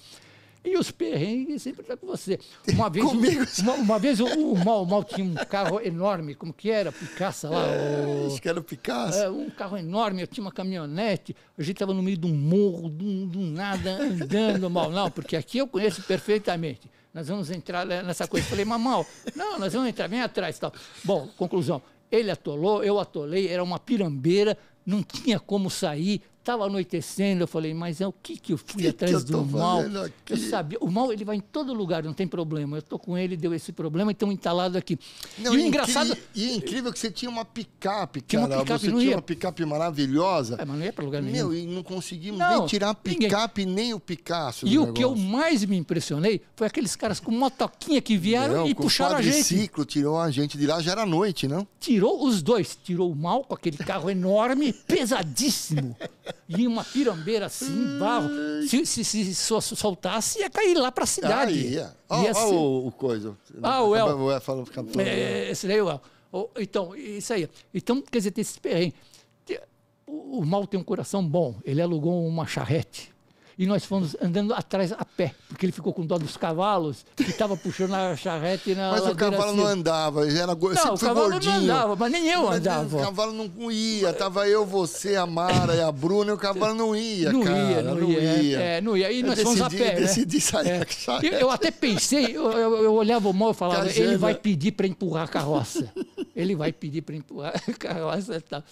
S2: E os perrengues sempre tá com você. Uma vez,
S1: Comigo.
S2: uma, uma vez o, o Mal, o Mal tinha um carro enorme, como que era? Picaça lá. o-
S1: Acho que era o Picasso.
S2: é, um carro enorme, eu tinha uma caminhonete, a gente estava no meio de um morro, do, do nada, andando mal. Não, porque aqui eu conheço perfeitamente. Nós vamos entrar né, nessa coisa. Eu Falei, mas mal, não, nós vamos entrar, vem atrás tal. Bom, conclusão, ele atolou, eu atolei, era uma pirambeira, não tinha como sair, estava anoitecendo. Eu falei, mas é o que, que eu fui
S1: que
S2: atrás
S1: eu tô
S2: do mal?
S1: fazendo aqui?
S2: Eu sabia, o mal ele vai em todo lugar, não tem problema. Eu estou com ele, deu esse problema e estamos entalados aqui.
S1: Não,
S2: e o engraçado.
S1: incri- E, é incrível que você tinha uma picape, cara.
S2: Tinha uma picape,
S1: você
S2: não
S1: tinha
S2: ia.
S1: uma picape maravilhosa.
S2: É, mas não ia para lugar nenhum.
S1: Meu, e não conseguimos
S2: Não,
S1: nem tirar a
S2: ninguém.
S1: picape, nem o Picasso.
S2: E
S1: do
S2: o que eu
S1: negócio.
S2: mais me impressionei foi aqueles caras com motoquinha que vieram
S1: Não,
S2: e
S1: com
S2: puxaram é a gente.
S1: quadriciclo, tirou a gente de lá, já era noite, não?
S2: Tirou os dois. Tirou o mal com aquele carro enorme, pesadíssimo. E uma pirambeira assim, barro. Se, se, se, so- soltasse, ia cair lá pra cidade.
S1: Aí, Ah, ia. Ó,
S2: Ia
S1: ó
S2: ser-
S1: o, o coisa.
S2: Ah, o El.
S1: Acaba- O El falando, fica falando.
S2: É, esse daí é o El. Ó, Então, isso aí. Então, quer dizer, tem esse perrengue. Te- O, o mal tem um coração bom. Ele alugou uma charrete. E nós fomos andando atrás a pé, porque ele ficou com dó dos cavalos que estavam puxando a charrete na
S1: Mas o
S2: ladeira
S1: cavalo não
S2: acima.
S1: andava, ele era, go- eu
S2: assim.
S1: sempre
S2: Não, o
S1: fui
S2: cavalo
S1: gordinho.
S2: não andava, mas nem eu
S1: Mas
S2: andava.
S1: O cavalo não ia, tava eu, você, a Mara e a Bruna, e o cavalo não ia,
S2: Não
S1: cara.
S2: ia, não, ia. É, não ia. E
S1: Eu
S2: nós fomos a
S1: decidi-
S2: pé. né?
S1: decidi sair
S2: É.
S1: com a charrete.
S2: Eu, eu até pensei, eu, eu- eu olhava o mal e falava,
S1: Cajana.
S2: ele vai pedir para empurrar a carroça. ele vai pedir para empurrar a carroça e tal.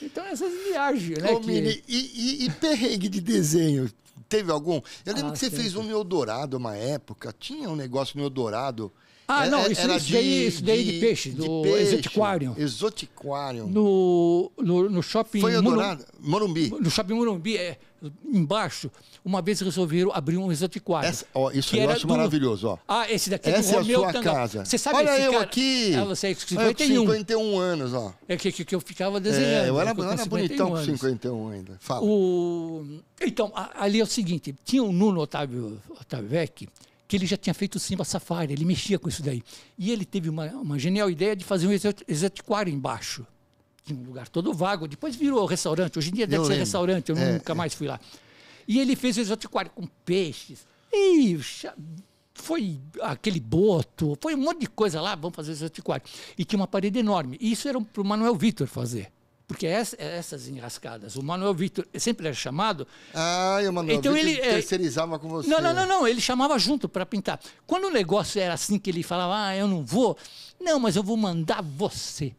S2: Então essas viagens, né?
S1: Ô,
S2: que-
S1: Mini, e, e- e perrengue de desenho? Teve algum? Eu lembro
S2: Ah,
S1: que você
S2: sempre.
S1: fez um no Eldorado uma época. Tinha um negócio no Eldorado.
S2: Ah,
S1: Era-
S2: não, isso-
S1: era
S2: isso daí- isso daí de peixe, do Exotiquarium.
S1: Exotiquarium.
S2: No, no, no shopping.
S1: Foi
S2: Muru-
S1: Eldorado? Morumbi.
S2: No shopping Morumbi, é, embaixo, uma vez resolveram abrir um exotiquário.
S1: Essa- ó, isso
S2: que
S1: eu
S2: era
S1: acho maravilhoso, ó.
S2: Ah, esse daqui
S1: Essa
S2: do
S1: é a
S2: Romeu
S1: sua
S2: Tanga.
S1: casa.
S2: Você sabe
S1: Olha
S2: esse
S1: eu
S2: cara-
S1: aqui.
S2: Ah, você é com
S1: Olha, eu com
S2: 51.
S1: 51 anos, ó.
S2: É que, que, que eu ficava desenhando. né?
S1: É, eu era,
S2: com
S1: eu era
S2: 51
S1: bonitão com
S2: anos.
S1: 51 ainda. Fala.
S2: O... Então, a- ali é o seguinte, tinha o Nuno Otávio, Otávio Vecchi, que ele já tinha feito o Simba Safari, ele mexia com isso daí. E ele teve uma, uma genial ideia de fazer um exot- exotiquário embaixo. Tinha um lugar todo vago, depois virou restaurante. Hoje em dia deve ser
S1: lembro.
S2: restaurante, eu
S1: É,
S2: nunca mais fui lá. E ele fez o exotiquário com peixes. E cha- foi aquele boto, foi um monte de coisa lá, vamos fazer o exotiquário. E tinha uma parede enorme. E isso era para o Manuel um Vitor fazer. Porque essa, essas enrascadas, o Manuel Vitor sempre era chamado.
S1: Ah, e o Manuel
S2: Então
S1: Vitor
S2: ele, é,
S1: terceirizava com você. É,
S2: Não, não, não, não, ele chamava junto para pintar. Quando o negócio era assim que ele falava, ah, eu não vou, não, mas eu vou mandar você.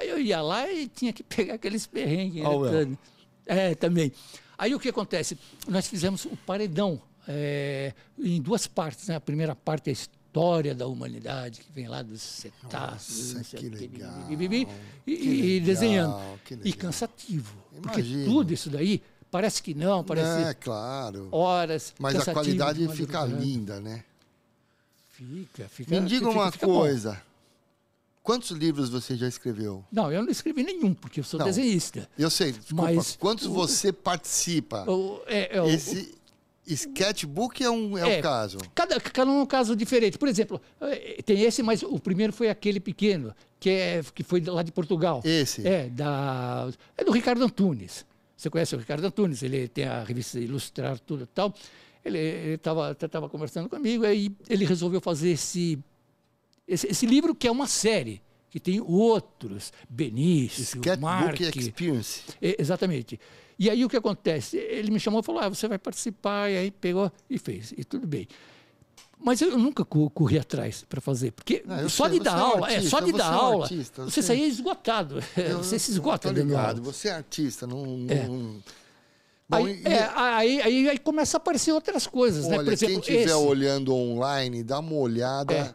S2: Aí eu ia lá e tinha que pegar aqueles perrengues. né,
S3: Olha o El.
S2: Tânia? É, também. Aí o que acontece? Nós fizemos o paredão é, em duas partes. Né? A primeira parte é a história da humanidade, que vem lá dos cetáceos.
S1: Nossa,
S2: não sei
S1: que
S2: o quê, bi, bi,
S1: legal,
S2: bi, bi, bi, e,
S1: que
S2: e
S1: legal,
S2: desenhando.
S1: que
S2: E
S1: legal.
S2: cansativo. Porque
S1: Imagino.
S2: tudo isso daí, parece que não, parece
S1: É, claro.
S2: horas.
S1: Mas a
S2: cansativo,
S1: qualidade
S2: de
S1: fica
S2: madrugada.
S1: linda, né?
S2: Fica, fica.
S1: Me diga
S2: fica-
S1: uma
S2: fica bom.
S1: coisa. Quantos livros você já escreveu?
S2: Não, eu não escrevi nenhum, porque eu sou
S1: Não.
S2: desenhista.
S1: Eu sei, desculpa.
S2: Mas
S1: quantos
S2: o-
S1: você participa?
S2: Eu- é, é, o-
S1: Esse sketchbook é um é o
S2: É.
S1: caso.
S2: Cada, cada um é um caso diferente. Por exemplo, eh, tem esse, mas o primeiro foi aquele pequeno, que, é, que foi lá de Portugal.
S1: Esse.
S2: É, da, é do Ricardo Antunes. Você conhece o Ricardo Antunes, ele tem a revista Ilustrar Tudo e tal. Ele estava tava conversando comigo, aí ele resolveu fazer esse, esse, esse livro, que é uma série, que tem outros, Benício,
S1: Sketchbook é
S2: Marque,
S1: Experience.
S2: E- Exatamente. E aí o que acontece? Ele me chamou e falou: ah, você vai participar, e aí pegou e fez, e tudo bem. Mas eu nunca co- corri atrás para fazer, porque
S1: Ah, eu
S2: só
S1: sei,
S2: de dar
S1: você é um
S2: aula, é,
S1: artista,
S2: só de
S1: você
S2: dar
S1: é um
S2: aula,
S1: artista, eu
S2: você
S1: sei.
S2: saía esgotado, você se esgota
S1: Tá
S2: dando
S1: ligado,
S2: aula.
S1: você é artista, não. não- Bom,
S2: É. Aí,
S1: e-
S2: é, aí, aí, aí começa a aparecer outras coisas, né?
S1: Olha,
S2: Por exemplo,
S1: quem estiver
S2: esse,
S1: olhando online, dá uma olhada
S2: É.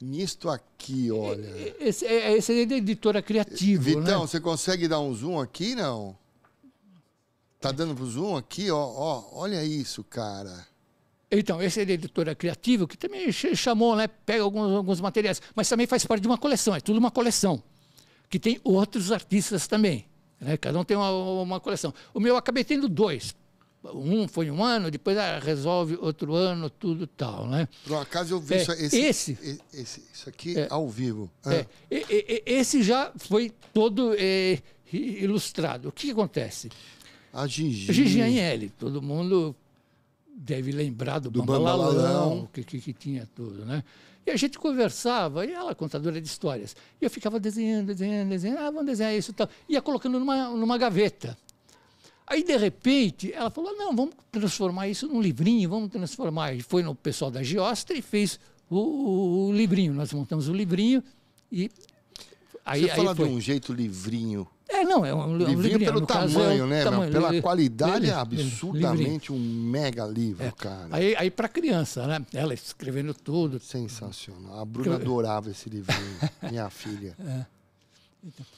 S1: nisto aqui, olha.
S2: esse, é- esse é da editora criativa,
S1: Vitão,
S2: né?
S1: você consegue dar um zoom aqui, não? Tá dando pro zoom aqui, ó, ó, olha isso, cara.
S2: Então, esse é da editora criativa, que também ch- chamou, né? Pega alguns, alguns materiais, mas também faz parte de uma coleção, é tudo uma coleção. Que tem outros artistas também. Né? Cada um tem uma, uma coleção. O meu eu acabei tendo dois. Um foi um ano, depois ah, resolve outro ano, tudo tal, né?
S1: Por um acaso eu vi
S2: É,
S1: isso, esse,
S2: esse.
S1: e- esse- isso aqui
S2: É.
S1: ao vivo.
S2: É,
S1: Ah,
S2: e- e- e- esse já foi todo eh, i- ilustrado. O que que acontece?
S1: A Gigi.
S2: Gigi Agnelli, todo mundo deve lembrar do,
S1: Do
S2: Bambalalão,
S1: Bambalalão.
S2: que, que, que tinha tudo, né? E a gente conversava, e ela contadora de histórias. E eu ficava desenhando, desenhando, desenhando, ah, vamos desenhar isso e tal. Ia colocando numa, numa gaveta. Aí, de repente, ela falou, não, vamos transformar isso num livrinho, vamos transformar. E foi no pessoal da Giostra e fez o, o- o livrinho. Nós montamos o livrinho e... Aí,
S1: Você fala
S2: aí foi.
S1: de um jeito livrinho.
S2: É, não, é um, é um
S1: livrinho, pelo
S2: no caso, é um
S1: tamanho, né? meu?
S2: tamanho,
S1: Pela
S2: li-
S1: qualidade é
S2: li- li- livrinho.
S1: absurdamente um mega livro, cara.
S2: É. Aí, aí para criança, né? Ela escrevendo tudo.
S1: Sensacional. A Bruna adorava esse livrinho, minha filha.
S2: É.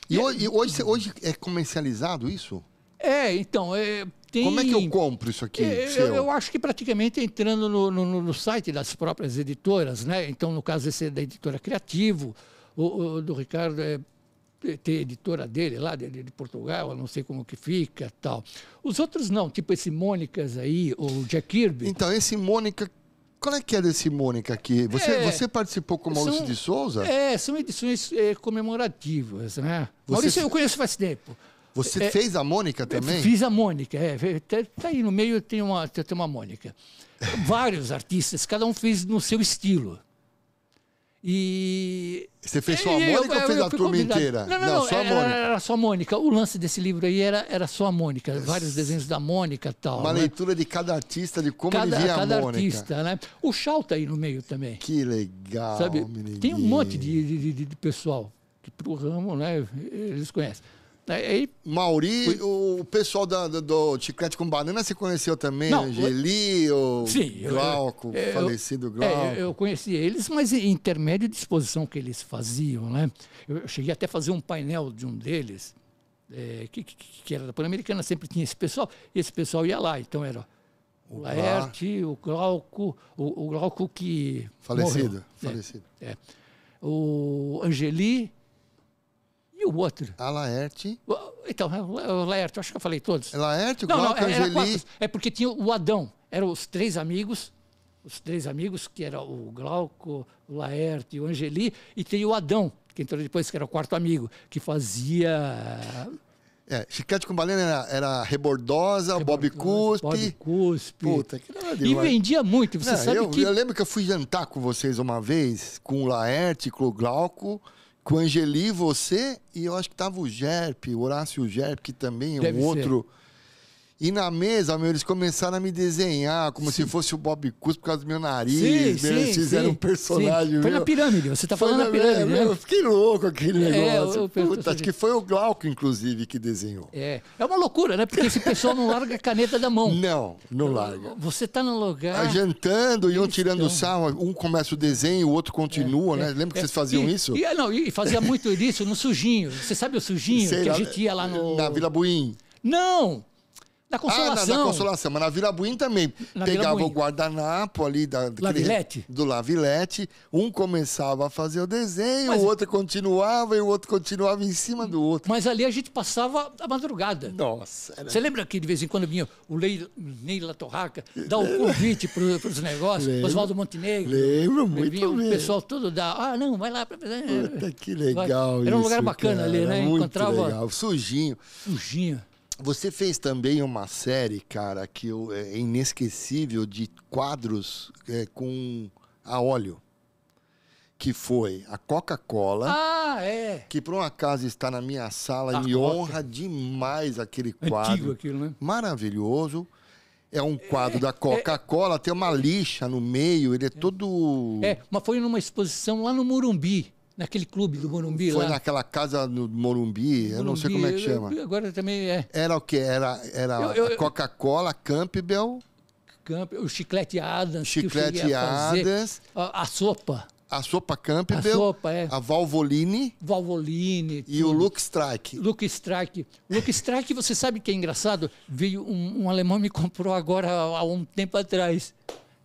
S1: E, ho- e hoje, cê- hoje é comercializado isso?
S2: É, então, é, tem.
S1: Como é que eu compro isso aqui?
S2: É,
S1: seu?
S2: Eu, eu acho que praticamente entrando no, no- no- no site das próprias editoras, né? Então, no caso, esse é da editora Criativo, o, o do Ricardo é te- tem a editora dele lá de, de Portugal, eu não sei como que fica tal. Os outros não, tipo esse Mônicas aí, o Jack Kirby.
S1: Então, esse Mônica. Qual é que é desse Mônica aqui? Você,
S2: É.
S1: você participou com o Maurício
S2: São-
S1: de Souza?
S2: É, são edições é, comemorativas, né?
S1: Você
S2: Maurício,
S1: fe-
S2: eu conheço faz tempo.
S1: Você
S2: é-
S1: fez a Mônica também?
S2: Fiz a Mônica, é. Tá, tá aí no meio tem uma, tem uma Mônica. Vários artistas, cada um fez no seu estilo. E.
S1: Você fez só a
S2: e É, eu-
S1: Mônica ou
S2: eu-
S1: fez
S2: eu
S1: a
S2: fui
S1: turma
S2: convidado.
S1: inteira?
S2: Não, não,
S1: Não,
S2: não,
S1: só a
S2: era,
S1: Mônica.
S2: era só a Mônica. O lance desse livro aí era, era só a Mônica, vários desenhos da Mônica e tal.
S1: Uma
S2: né?
S1: leitura de cada artista, de como
S2: Cada,
S1: ele via
S2: cada
S1: a Mônica.
S2: artista, né? O Shaw tá aí no meio também.
S1: Que legal,
S2: Sabe,
S1: menininho.
S2: tem um monte de, de, de- de pessoal que pro ramo, né, eles conhecem. Né, Aí, é,
S1: Mauri, o pessoal da- do, do Chiclete com Banana, você conheceu também?
S2: Não,
S1: Angeli, o
S2: Sim, eu-
S1: Glauco,
S2: eu-
S1: falecido Glauco.
S2: é, eu- eu conheci eles, mas em intermédio de exposição que eles faziam, né? Eu eu cheguei até a fazer um painel de um deles, é, que, que, que era da Pan-Americana, sempre tinha esse pessoal, e esse pessoal ia lá, então era o Laerte, o Glauco, o, o Glauco que
S1: falecido,
S2: morreu,
S1: falecido.
S2: é, é. o Angeli e o outro.
S1: A Laerte.
S2: O- Então, é o La- o Laerte, eu acho que eu falei todos.
S1: É Laerte, o
S2: Não, não,
S1: Glauco,
S2: era era
S1: Angeli.
S2: quatro. É porque tinha o Adão. Eram os três amigos, os três amigos, que era o Glauco, o Laerte e o Angeli, e tem o Adão, que entrou depois, que era o quarto amigo, que fazia.
S1: É, Chiclete com Banana era, era Rebordosa, o Bob Cuspe.
S2: Bob Cuspe.
S1: Puta, que era
S2: e
S1: demais.
S2: vendia muito, você
S1: Não,
S2: sabe
S1: eu,
S2: que.
S1: eu lembro que eu fui jantar com vocês uma vez, com o Laerte, com o Glauco, com o Angeli, você e eu acho que tava o Gerp, o Horácio Gerp, que também é
S2: Deve
S1: um
S2: ser.
S1: outro. E na mesa, meu, eles começaram a me desenhar como se fosse o Bob Cus por causa do meu nariz. meu, eles fizeram um personagem.
S2: Sim. Foi na
S1: meu.
S2: pirâmide, você está
S1: Foi
S2: falando
S1: na-
S2: na pirâmide,
S1: é,
S2: né?
S1: meu, eu fiquei louco com aquele
S2: É,
S1: negócio.
S2: eu- eu penso
S1: Puta, acho
S2: assim.
S1: que foi o Glauco, inclusive, que desenhou.
S2: É. um é uma loucura, né? Porque esse pessoal não larga a caneta da mão.
S1: Não,
S2: É
S1: não larga.
S2: Você está no
S1: Ah,
S2: lugar.
S1: jantando e um
S2: eles
S1: tirando
S2: estão.
S1: sarro, um começa o desenho, o outro continua, né? Lembra que
S2: É,
S1: vocês faziam
S2: e-
S1: isso?
S2: E, ah, não, e fazia muito isso no sujinho. Você sabe o sujinho
S1: Sei
S2: que
S1: lá,
S2: a gente ia lá no.
S1: Na Vila Buim.
S2: Não! Na
S1: Ah, na,
S2: consolação.
S1: na Consolação, mas na Vila Buim também.
S2: Na Vila
S1: Pegava
S2: Buim.
S1: o guardanapo ali da, daquele-
S2: Lavilete?
S1: do Lavilete, um começava a fazer o desenho,
S2: Mas-
S1: o outro continuava e o outro continuava em cima do outro.
S2: Mas ali a gente passava a madrugada.
S1: Nossa, era...
S2: Você lembra que de vez em quando vinha o Leila, Neila Torraca dar o convite para os negócios?
S1: Lembro.
S2: Oswaldo Montenegro.
S1: lembro
S2: vinha
S1: muito
S2: o
S1: bem.
S2: pessoal todo da. Ah, não, vai lá. pra-
S1: Puta, que legal
S2: Era um
S1: isso,
S2: lugar bacana ali,
S1: cara,
S2: né?
S1: Muito
S2: Encontrava-
S1: legal, sujinho.
S2: Sujinho.
S1: Você fez também uma série, cara, que eu- é inesquecível de quadros é, com a óleo, que foi a Coca-Cola.
S2: Ah, é.
S1: que por um acaso está na minha sala
S2: Ah,
S1: e me
S2: ótimo.
S1: honra demais aquele quadro.
S2: Antigo aquilo, né?
S1: Maravilhoso. É um quadro da Coca-Cola, tem uma lixa no meio, ele é todo.
S2: É, mas foi numa exposição lá no Morumbi, naquele clube do Morumbi
S1: Foi
S2: lá.
S1: naquela casa no Morumbi, eu não sei como é que
S2: Morumbi, eu-
S1: chama.
S2: eu- Agora também é
S1: Era o que? Era, era
S2: Eu- eu-
S1: a
S2: eu-
S1: Coca-Cola, Campbell,
S2: Camp, o chiclete Adams. que eu
S1: Chiclete
S2: cheguei a fazer.
S1: Adams.
S2: A, a sopa,
S1: a sopa
S2: a
S1: Campbell,
S2: sopa, é.
S1: a Valvoline
S2: Valvoline.
S1: e o Look Strike.
S2: Luke Strike. Luke Strike, você sabe que é engraçado? Veio um, um alemão e me comprou agora há um tempo atrás.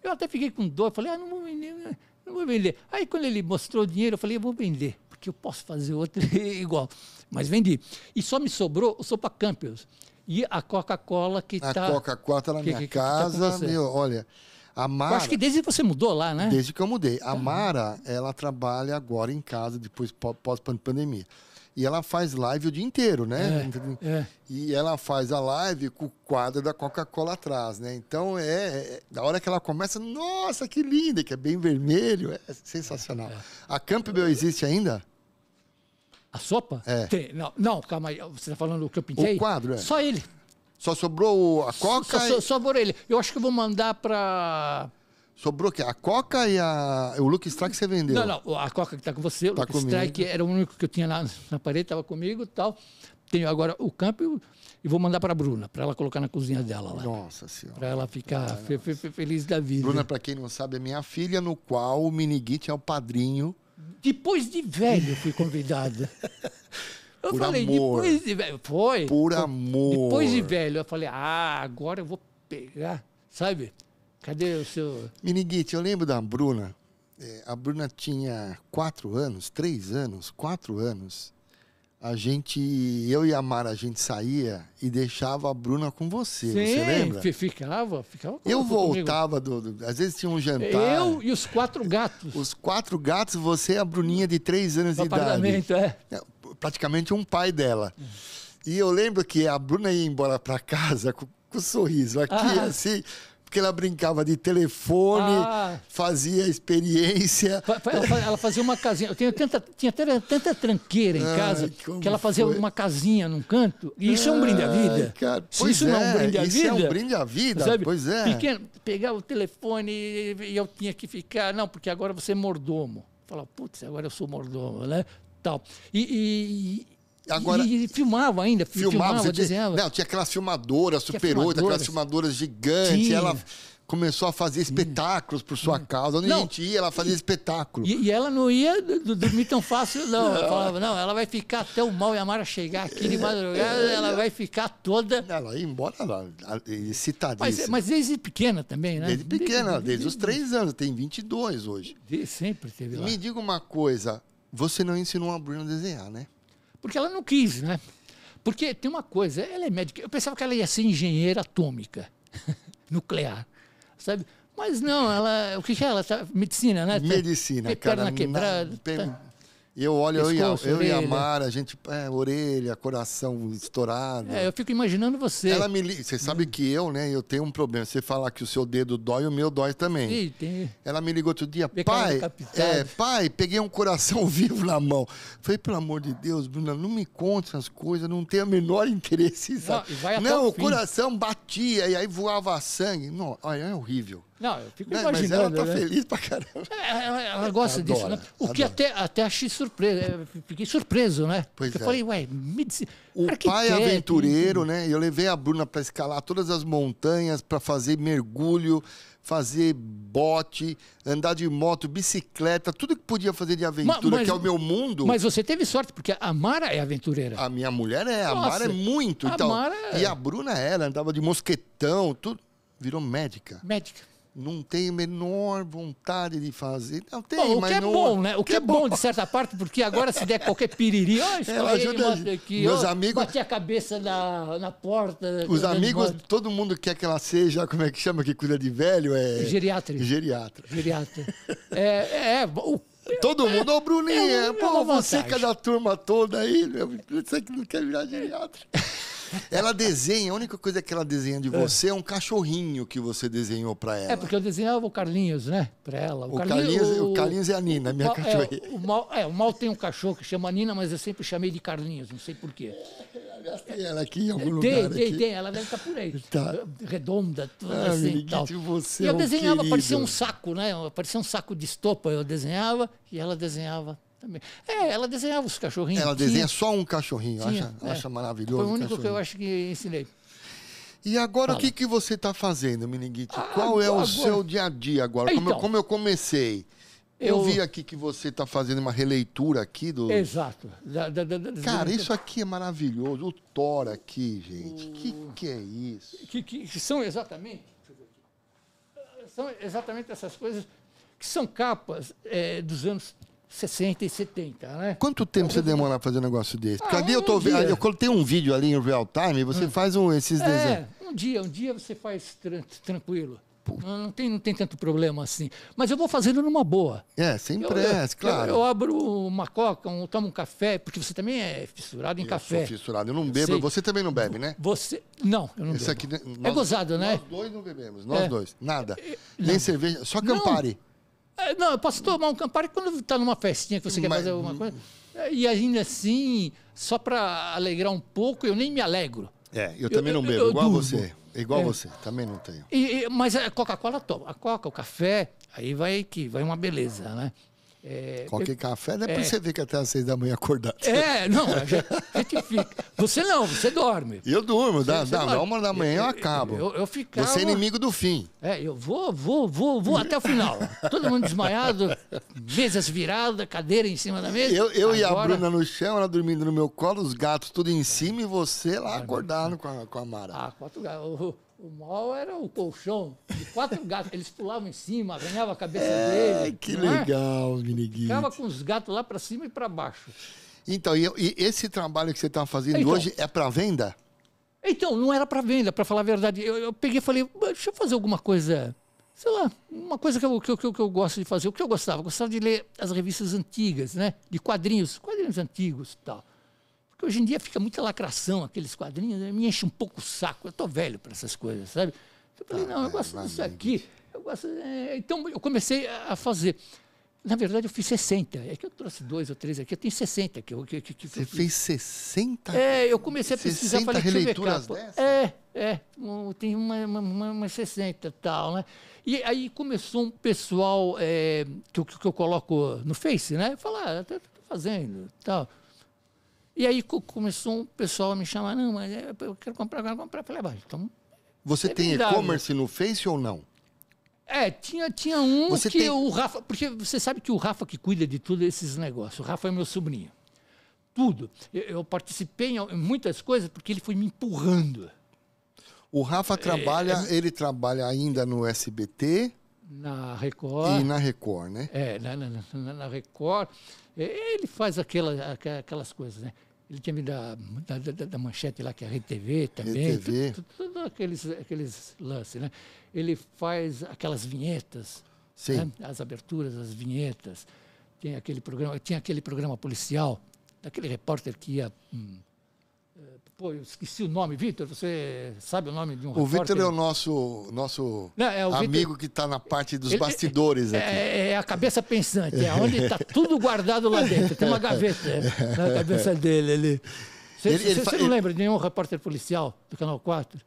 S2: Eu até fiquei com dor, falei, ah, não vou vender, né? não vou vender. Aí quando ele mostrou o dinheiro, eu falei, eu vou vender, porque eu posso fazer outro igual. Mas vendi. E só me sobrou o Sopa Campbell's e a Coca-Cola que
S1: A
S2: está...
S1: Coca-Cola tá na
S2: Que-
S1: minha
S2: que- que tá com
S1: casa,
S2: você?
S1: meu, olha. A
S2: Eu
S1: Mara...
S2: acho que desde que você mudou lá, né?
S1: Desde que eu mudei. A Mara, ela trabalha agora em casa, depois pó- pós-pandemia. E ela faz live o dia inteiro, né?
S2: é.
S1: E ela faz a live com o quadro da Coca-Cola atrás, né? Então, é, é- Da hora que ela começa, nossa, que linda, que é bem vermelho, é sensacional. A Campbell existe ainda?
S2: A sopa?
S1: É.
S2: Tem- não, não, calma aí. Você está falando do que eu
S1: O
S2: pintei?
S1: quadro, é.
S2: Só ele.
S1: Só sobrou o- a Coca.
S2: Só,
S1: e-
S2: só, só por ele. Eu acho que eu vou mandar para...
S1: Sobrou o quê? A Coca e a. O Luke Strike você vendeu.
S2: Não, não, a Coca que está com você, o
S1: Tá
S2: Lucky
S1: comigo.
S2: Strike era o único que eu tinha lá na parede, estava comigo e tal. Tenho agora o campo e vou mandar para a Bruna, para ela colocar na cozinha dela lá.
S1: Nossa senhora.
S2: Para ela ficar fe- fe- fe- feliz da vida.
S1: Bruna, pra quem não sabe, é minha filha, no qual o Miniguit é o padrinho.
S2: Depois de velho eu fui convidada. Eu
S1: Por
S2: falei,
S1: amor.
S2: depois de velho. Foi.
S1: Por amor.
S2: Depois de velho, eu falei, ah, agora eu vou pegar, sabe? Cadê o seu.
S1: Miniguite, eu lembro da Bruna. É, a Bruna tinha quatro anos, três anos, quatro anos. A gente, eu e a Mara, a gente saía e deixava a Bruna com você. você lembra?
S2: fi- ficava, ficava com-
S1: Eu
S2: comigo.
S1: voltava, do, do- às vezes tinha um jantar.
S2: Eu e os quatro gatos.
S1: Os quatro gatos, você e a Bruninha de três anos
S2: No
S1: de idade.
S2: apartamento, é.
S1: É, praticamente um pai dela. E eu lembro que a Bruna ia embora para casa com, com um sorriso aqui,
S2: Ah.
S1: assim, porque ela brincava de telefone,
S2: Ah.
S1: fazia experiência.
S2: Fa- fa- Ela fa- ela fazia uma casinha. Eu tenho tanta, tinha tanta, tanta tranqueira em
S1: Ai,
S2: casa
S1: como
S2: que ela fazia
S1: foi.
S2: uma casinha num canto. E isso é um brinde à
S1: Ai,
S2: vida.
S1: cara,
S2: Se
S1: pois
S2: isso não é um brinde à
S1: isso
S2: vida.
S1: é um brinde à vida,
S2: sabe?
S1: pois é.
S2: Pequeno, pegava o telefone e e eu tinha que ficar. Não, porque agora você é mordomo. Falava, putz, agora eu sou mordomo, né? Tal. E. e-
S1: Agora-
S2: e- e filmava ainda, fi-
S1: Filmava,
S2: filmava,
S1: você tinha,
S2: desenhava.
S1: não, tinha aquelas filmadoras Super 8, aquelas
S2: filmadoras.
S1: filmadoras gigantes.
S2: Tinha. Hum.
S1: Ela começou a fazer espetáculos por sua causa. Onde a
S2: Não,
S1: gente ia, ela fazia espetáculo.
S2: E, e ela não ia do- do- dormir tão fácil, não. Ela falava, não, ela vai ficar até o mal e a Mara chegar aqui de madrugada, ela vai ficar toda.
S1: Ela ia embora, ela
S2: Mas,
S1: excitadíssima.
S2: mas desde pequena também, né?
S1: Desde pequena, desde os três anos, tem 22 hoje.
S2: Desde sempre teve lá.
S1: Me diga uma coisa, você não ensinou a Bruna a desenhar, né?
S2: Porque ela não quis, né? Porque tem uma coisa, ela é médica. Eu pensava que ela ia ser engenheira atômica, nuclear, sabe? Mas não, ela. O que que é? Ela tá, medicina, né? Tá-
S1: Medicina,
S2: tem
S1: cara.
S2: Perna
S1: na-
S2: quebrada.
S1: pe-
S2: tá-
S1: E eu olho, eu, e a,
S2: Pescoço,
S1: eu e a
S2: orelha.
S1: Mara, a gente, é, orelha, coração estourado.
S2: É, Hum. eu fico imaginando você.
S1: Ela me liga, você sabe que eu, né, eu tenho um problema. Você falar que o seu dedo dói, o meu dói também.
S2: Ih, tem-
S1: Ela me ligou outro dia,
S2: Vê cara
S1: pai,
S2: decapitado."
S1: é, pai, peguei um coração vivo na mão. Falei, pelo amor de Deus, Bruna, não me conte essas coisas, não tenho o menor interesse. Sabe?
S2: e vai até
S1: não,
S2: o
S1: o
S2: fim.
S1: coração batia e aí voava sangue. Não, olha, é horrível.
S2: Não, eu fico
S1: Né, Mas ela
S2: imaginando.
S1: tá
S2: né?
S1: feliz pra caramba.
S2: Ela, ela- é, ela gosta
S1: Adora,
S2: disso, né? O que
S1: adora.
S2: até, até achei surpresa. eh, Fiquei surpreso, né?
S1: Pois
S2: eu
S1: é.
S2: falei, ué, me disse.
S1: O
S2: cara, que
S1: pai é
S2: quer?
S1: aventureiro, né? Eu levei a Bruna para escalar todas as montanhas, para fazer mergulho, fazer bote, andar de moto, bicicleta, tudo que podia fazer de aventura,
S2: mas-
S1: que é o meu mundo.
S2: Mas você teve sorte, porque a Mara é aventureira.
S1: A minha mulher é, a
S2: Nossa,
S1: Mara é muito.
S2: a
S1: Então,
S2: Mara é-
S1: E a Bruna era, andava de mosquetão, tudo. Virou médica.
S2: Médica.
S1: Não tem a menor vontade de fazer. Não tem,
S2: Bom, o
S1: mas
S2: que é
S1: não-
S2: bom, né? O que é bom, de certa parte, porque agora se der qualquer piriri, ó, estourei,
S1: É, ajuda a
S2: mostra
S1: gente.
S2: aqui,
S1: Meus
S2: ó,
S1: amigos-
S2: bati a cabeça na, na porta.
S1: Os amigos,
S2: mostra-
S1: todo mundo quer que ela seja, como é que chama, que cuida de velho? É...
S2: Geriatra.
S1: Geriatra.
S2: Geriatra. É, é, o-
S1: Todo mundo, ô Bruninha,
S2: é uma
S1: pô, você
S2: vantagem.
S1: que é da turma toda aí, meu, você que não quer virar geriatra. Ela desenha, a única coisa que ela desenha de você é, um cachorrinho que você desenhou pra ela.
S2: é porque eu desenhava o Carlinhos, né? Pra ela.
S1: O Carlinhos, o Carlinhos é a Nina, minha
S2: Mal-
S1: cachorrinha.
S2: É, o Mal, é, o Mal tem um cachorro que chama Nina, mas eu sempre chamei de Carlinhos, não sei porquê.
S1: Aliás, tem ela aqui em algum
S2: Tem,
S1: lugar.
S2: tem,
S1: aqui.
S2: tem, ela deve estar por aí.
S1: Tá.
S2: Redonda, toda
S1: Ah,
S2: assim e
S1: amiguinho,
S2: tal.
S1: você
S2: e
S1: é
S2: eu
S1: um
S2: desenhava, parecia um
S1: querido.
S2: saco, né? Parecia um saco de estopa, eu desenhava e ela desenhava também. É, ela desenhava os cachorrinhos.
S1: Ela
S2: tinha-
S1: desenha só um cachorrinho,
S2: tinha,
S1: acha,
S2: é.
S1: acha maravilhoso.
S2: Foi o único que eu
S1: cachorrinho.
S2: acho que ensinei.
S1: E agora o que, que você está fazendo, Meninguite?
S2: Ah,
S1: Qual é o
S2: agora-
S1: seu dia a dia agora? Como, eu,
S2: Então.
S1: como eu comecei? Eu...
S2: Eu-
S1: vi aqui que você está fazendo uma releitura aqui do.
S2: Exato. Da- da- da- da-
S1: Cara,
S2: da-
S1: isso aqui é maravilhoso. O Thor aqui, gente. Que que é isso?
S2: que, que- que são exatamente são exatamente essas coisas que são capas eh, dos anos 60 e 70, né?
S1: Quanto tempo você demora pra fazer um negócio desse? Porque
S2: Ah,
S1: ali eu
S2: um
S1: tô vendo.
S2: dia.
S1: Eu coloquei um vídeo ali em real time e você faz um, esses desenhos.
S2: É, um dia, um dia você faz tran- tranquilo. Não, não tem, não tem tanto problema assim. Mas eu vou fazendo numa boa.
S1: É, sem
S2: Eu-
S1: pressa,
S2: eu-
S1: claro.
S2: Eu, eu abro uma coca, um, tomo um café, porque você também é fissurado em
S1: Eu
S2: café.
S1: sou fissurado. Eu não bebo.
S2: sei.
S1: Você também não bebe, né?
S2: Você. Não, eu não
S1: Isso
S2: bebo.
S1: aqui, né,
S2: É
S1: nós-
S2: gozado, né?
S1: Nós dois não bebemos, nós
S2: É.
S1: dois. Nada. Nem cerveja, só
S2: Não.
S1: Campari.
S2: É, Não, eu posso tomar um Campari quando está numa festinha que você quer
S1: Mas- hum.
S2: fazer alguma coisa. É, E ainda assim, só para alegrar um pouco, eu nem me alegro.
S1: É, eu também
S2: eu-
S1: não bebo,
S2: eu
S1: igual
S2: durmo. É.
S1: você. Igual você, também não tenho.
S2: E- e- mas a Coca-Cola toma. A Coca, o café, aí vai que vai uma beleza, né? É,
S1: Qualquer café, depois você vê que até às seis da manhã acordado.
S2: é, não, a gente, a gente fica. Você não, você dorme.
S1: E Eu durmo, dá,
S2: Você
S1: dá
S2: dorme.
S1: uma da manhã eu acabo.
S2: Eu, eu ficava.
S1: Você é inimigo do fim.
S2: É, eu vou, vou, vou, vou até o final. Todo mundo desmaiado, mesas viradas, cadeira em cima da mesa.
S1: Eu, eu e a
S2: É, Agora-
S1: Bruna no chão, ela dormindo no meu colo, os gatos tudo em cima e você lá acordado com a, com a Mara.
S2: Ah, quatro gatos. O, o mal era o colchão de quatro gatos. Eles pulavam em cima, ganhavam a cabeça
S1: É,
S2: dele.
S1: que
S2: não é?
S1: legal, Miniguinho.
S2: Ficava com os gatos lá pra cima e pra baixo.
S1: Então, e, eu- e esse trabalho que você está fazendo
S2: Então.
S1: hoje é para venda?
S2: Então, não era pra venda, pra falar a verdade. Eu, eu peguei e falei, "Mas deixa eu fazer alguma coisa, sei lá, uma coisa que eu, que, eu- que eu- que eu gosto de fazer. O que eu gostava? Eu gostava de ler as revistas antigas, né? De quadrinhos, quadrinhos antigos e tal. Porque hoje em dia fica muita lacração, aqueles quadrinhos, né? me enche um pouco o saco. Eu tô velho para essas coisas, sabe? Eu falei, não, eu gosto disso aqui. Eu gosto, é, Então, eu comecei a a fazer. Na verdade, eu fiz 60. É que eu trouxe dois ou três aqui. Eu tenho 60 que eu, que, que, que eu
S1: Você
S2: fiz.
S1: fez 60
S2: É, eu comecei a
S1: 60
S2: pesquisar, falei, deixa eu ver, cara,
S1: releituras
S2: pô,
S1: dessas?
S2: É, é, um- tem uma, uma, uma, umas 60 e tal, né? E aí começou um pessoal é, que, eu- que eu coloco no Face, né? Falar, ah, tô, tô fazendo e tal. E aí co- começou um pessoal a me chamar, não, mas é, eu quero comprar, eu quero comprar. Eu Falei, ah, então...
S1: Você
S2: É
S1: tem
S2: verdade.
S1: e-commerce no Face ou não?
S2: É, tinha, tinha um
S1: Você
S2: que
S1: tem-
S2: o Rafa... Porque você sabe que o Rafa que cuida de tudo esses negócios. O Rafa é meu sobrinho. Tudo. Eu, eu participei em al- em muitas coisas porque ele foi me empurrando.
S1: O
S2: É,
S1: Rafa trabalha, ele trabalha ainda no SBT
S2: Na Record.
S1: e na Record, né?
S2: É, na, na, na- na- na Record. É, Ele faz aquela, aqua- aquelas coisas, né? Ele tinha me da, da, da- da manchete lá, que é a RedeTV também.
S1: RedeTV.
S2: tu- tu- Tudo aqueles, aqueles lances, né? Ele faz aquelas vinhetas,
S1: Sim.
S2: É, tá né? as aberturas, as vinhetas. Tem aquele programa, tinha aquele programa policial, daquele repórter que ia. hum, eh, pô, eu esqueci o nome, Vitor. Você sabe o nome de um
S1: O
S2: repórter?
S1: Vitor é o nosso, nosso
S2: Não, é, o Vitor-
S1: amigo que está na parte dos
S2: Ele-
S1: bastidores aqui.
S2: É, é a cabeça pensante, é onde está tudo guardado lá dentro. Tem uma gaveta é, na cabeça dele ali. Você
S1: Ele- ele fa-
S2: você não
S1: ele-
S2: lembra de nenhum repórter policial do Canal 4?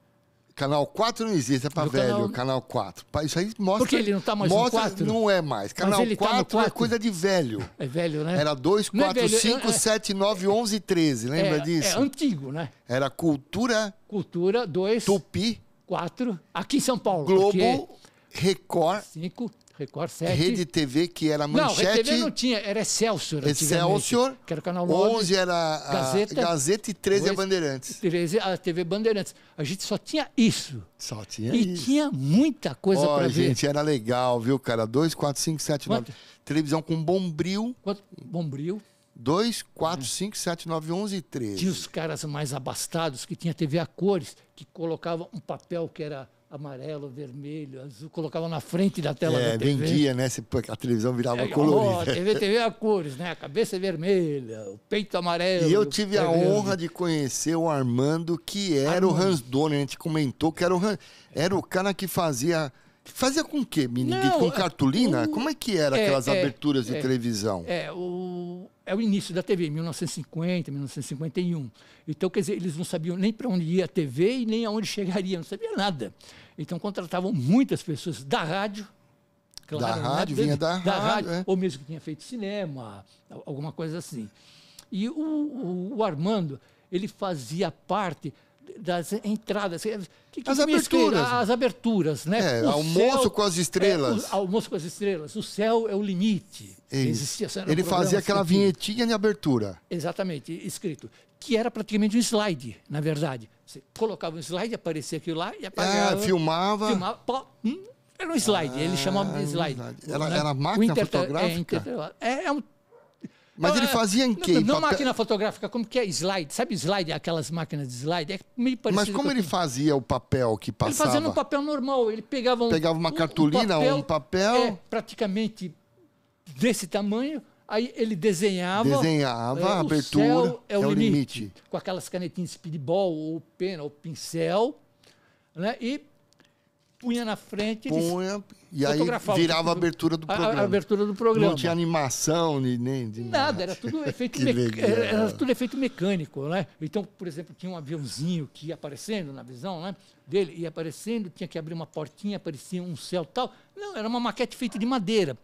S1: Canal 4 não existe, é para
S2: Do
S1: velho,
S2: canal-
S1: canal... 4. Pa- Isso aí mostra...
S2: Porque ele não tá mais no
S1: mostra-
S2: 4?
S1: Não é mais. Canal
S2: ele tá no
S1: 4, é
S2: 4.
S1: coisa de velho.
S2: É velho, né?
S1: Era 2,
S2: Não é
S1: 4,
S2: velho,
S1: 5,
S2: é- é-
S1: 7, 9, 11 e 13. Lembra
S2: é, É
S1: disso?
S2: antigo, né?
S1: Era Cultura,
S2: Cultura, 2,
S1: Tupi,
S2: 4, aqui em São Paulo.
S1: Globo, Record,
S2: 5, Record 7.
S1: Rede TV, É que era
S2: Não, Rede
S1: Manchete,
S2: TV não tinha, era Excelsior. antigamente,
S1: Excelsior,
S2: Que era o canal 11,
S1: 11 era a
S2: Gazeta,
S1: Gazeta, e 13 a
S2: dois-
S1: Bandeirantes.
S2: 13, a TV Bandeirantes. A gente só tinha isso.
S1: Só tinha
S2: e
S1: É isso.
S2: tinha muita coisa
S1: Ó,
S2: para ver.
S1: gente, era legal, viu, cara? 2, 4, 5, 7, 9.
S2: Quanto?
S1: Televisão com bombril.
S2: Quanto- Bombril.
S1: 2, 4, 5, 7, 9, 11 e 13.
S2: Tinha os caras mais abastados que tinha TV a cores, que colocavam um papel que era amarelo, vermelho, azul, colocavam na frente da tela
S1: é,
S2: da TV.
S1: vendia, né? Se- A televisão virava
S2: É, ó,
S1: colorida.
S2: TV, TV a cores, né? A cabeça vermelha, o peito amarelo.
S1: E eu tive a
S2: pé verde.
S1: honra de conhecer o Armando, que era o Hans Donner. A gente comentou que era o, Han- era o cara que fazia. Fazia com o quê, menino?
S2: Não,
S1: com
S2: é,
S1: cartolina? Como é que era
S2: é,
S1: aquelas
S2: é,
S1: aberturas de televisão?
S2: É o, é o início da TV, 1950, 1951. Então, quer dizer, eles não sabiam nem para onde ia a TV e nem aonde chegaria, não sabia nada. Então, contratavam muitas pessoas da rádio.
S1: Da rádio, vinha da rádio, é.
S2: Ou mesmo que tinha feito cinema, al- alguma coisa assim. E o, o- o Armando, ele fazia parte das entradas. que- que- que
S1: As
S2: me escreve?
S1: aberturas.
S2: As aberturas, né?
S1: É,
S2: O
S1: almoço
S2: céu-
S1: com as estrelas.
S2: é, o- almoço com as estrelas. O céu é o limite.
S1: É Isso.
S2: Existia, era um
S1: Ele
S2: programa
S1: fazia aquela
S2: escrito.
S1: vinhetinha de abertura.
S2: Exatamente, escrito. Que era praticamente um slide, na verdade. Você colocava um slide, aparecia aquilo lá e apagava.
S1: Ah, filmava.
S2: filmava, pó, hum, era um slide, ele chamava
S1: era
S2: de
S1: um
S2: slide.
S1: slide. Era-
S2: O,
S1: era máquina
S2: interta-
S1: fotográfica?
S2: É, interta- é, é um-
S1: Mas
S2: não,
S1: ele
S2: é-
S1: fazia em
S2: não,
S1: quê?
S2: Não,
S1: Em papel-
S2: máquina fotográfica, como que é slide? Sabe slide, aquelas máquinas de slide? É meio
S1: Mas
S2: parecido
S1: como
S2: com-
S1: ele fazia o papel que
S2: ele
S1: passava?
S2: fazia num papel normal, ele pegava um,
S1: Pegava uma cartolina, um papel.
S2: é, praticamente desse tamanho, aí ele desenhava. é,
S1: Desenhava a
S2: o
S1: abertura,
S2: céu é, o, limite,
S1: limite.
S2: Com aquelas canetinhas speedball, ou pena, ou pincel, né? E punha na frente. eles-
S1: Punha, e aí
S2: fotografava
S1: virava a
S2: tudo.
S1: abertura do
S2: a- a-
S1: programa.
S2: A, abertura do programa.
S1: Não tinha animação nem, nem de
S2: Nada, era tudo efeito,
S1: Que
S2: meca-
S1: legal.
S2: era- era tudo efeito mecânico, né? Então, por exemplo, tinha um aviãozinho que ia aparecendo na visão né, dele, ia aparecendo, tinha que abrir uma portinha, aparecia um céu tal. Não, era uma maquete feita de madeira.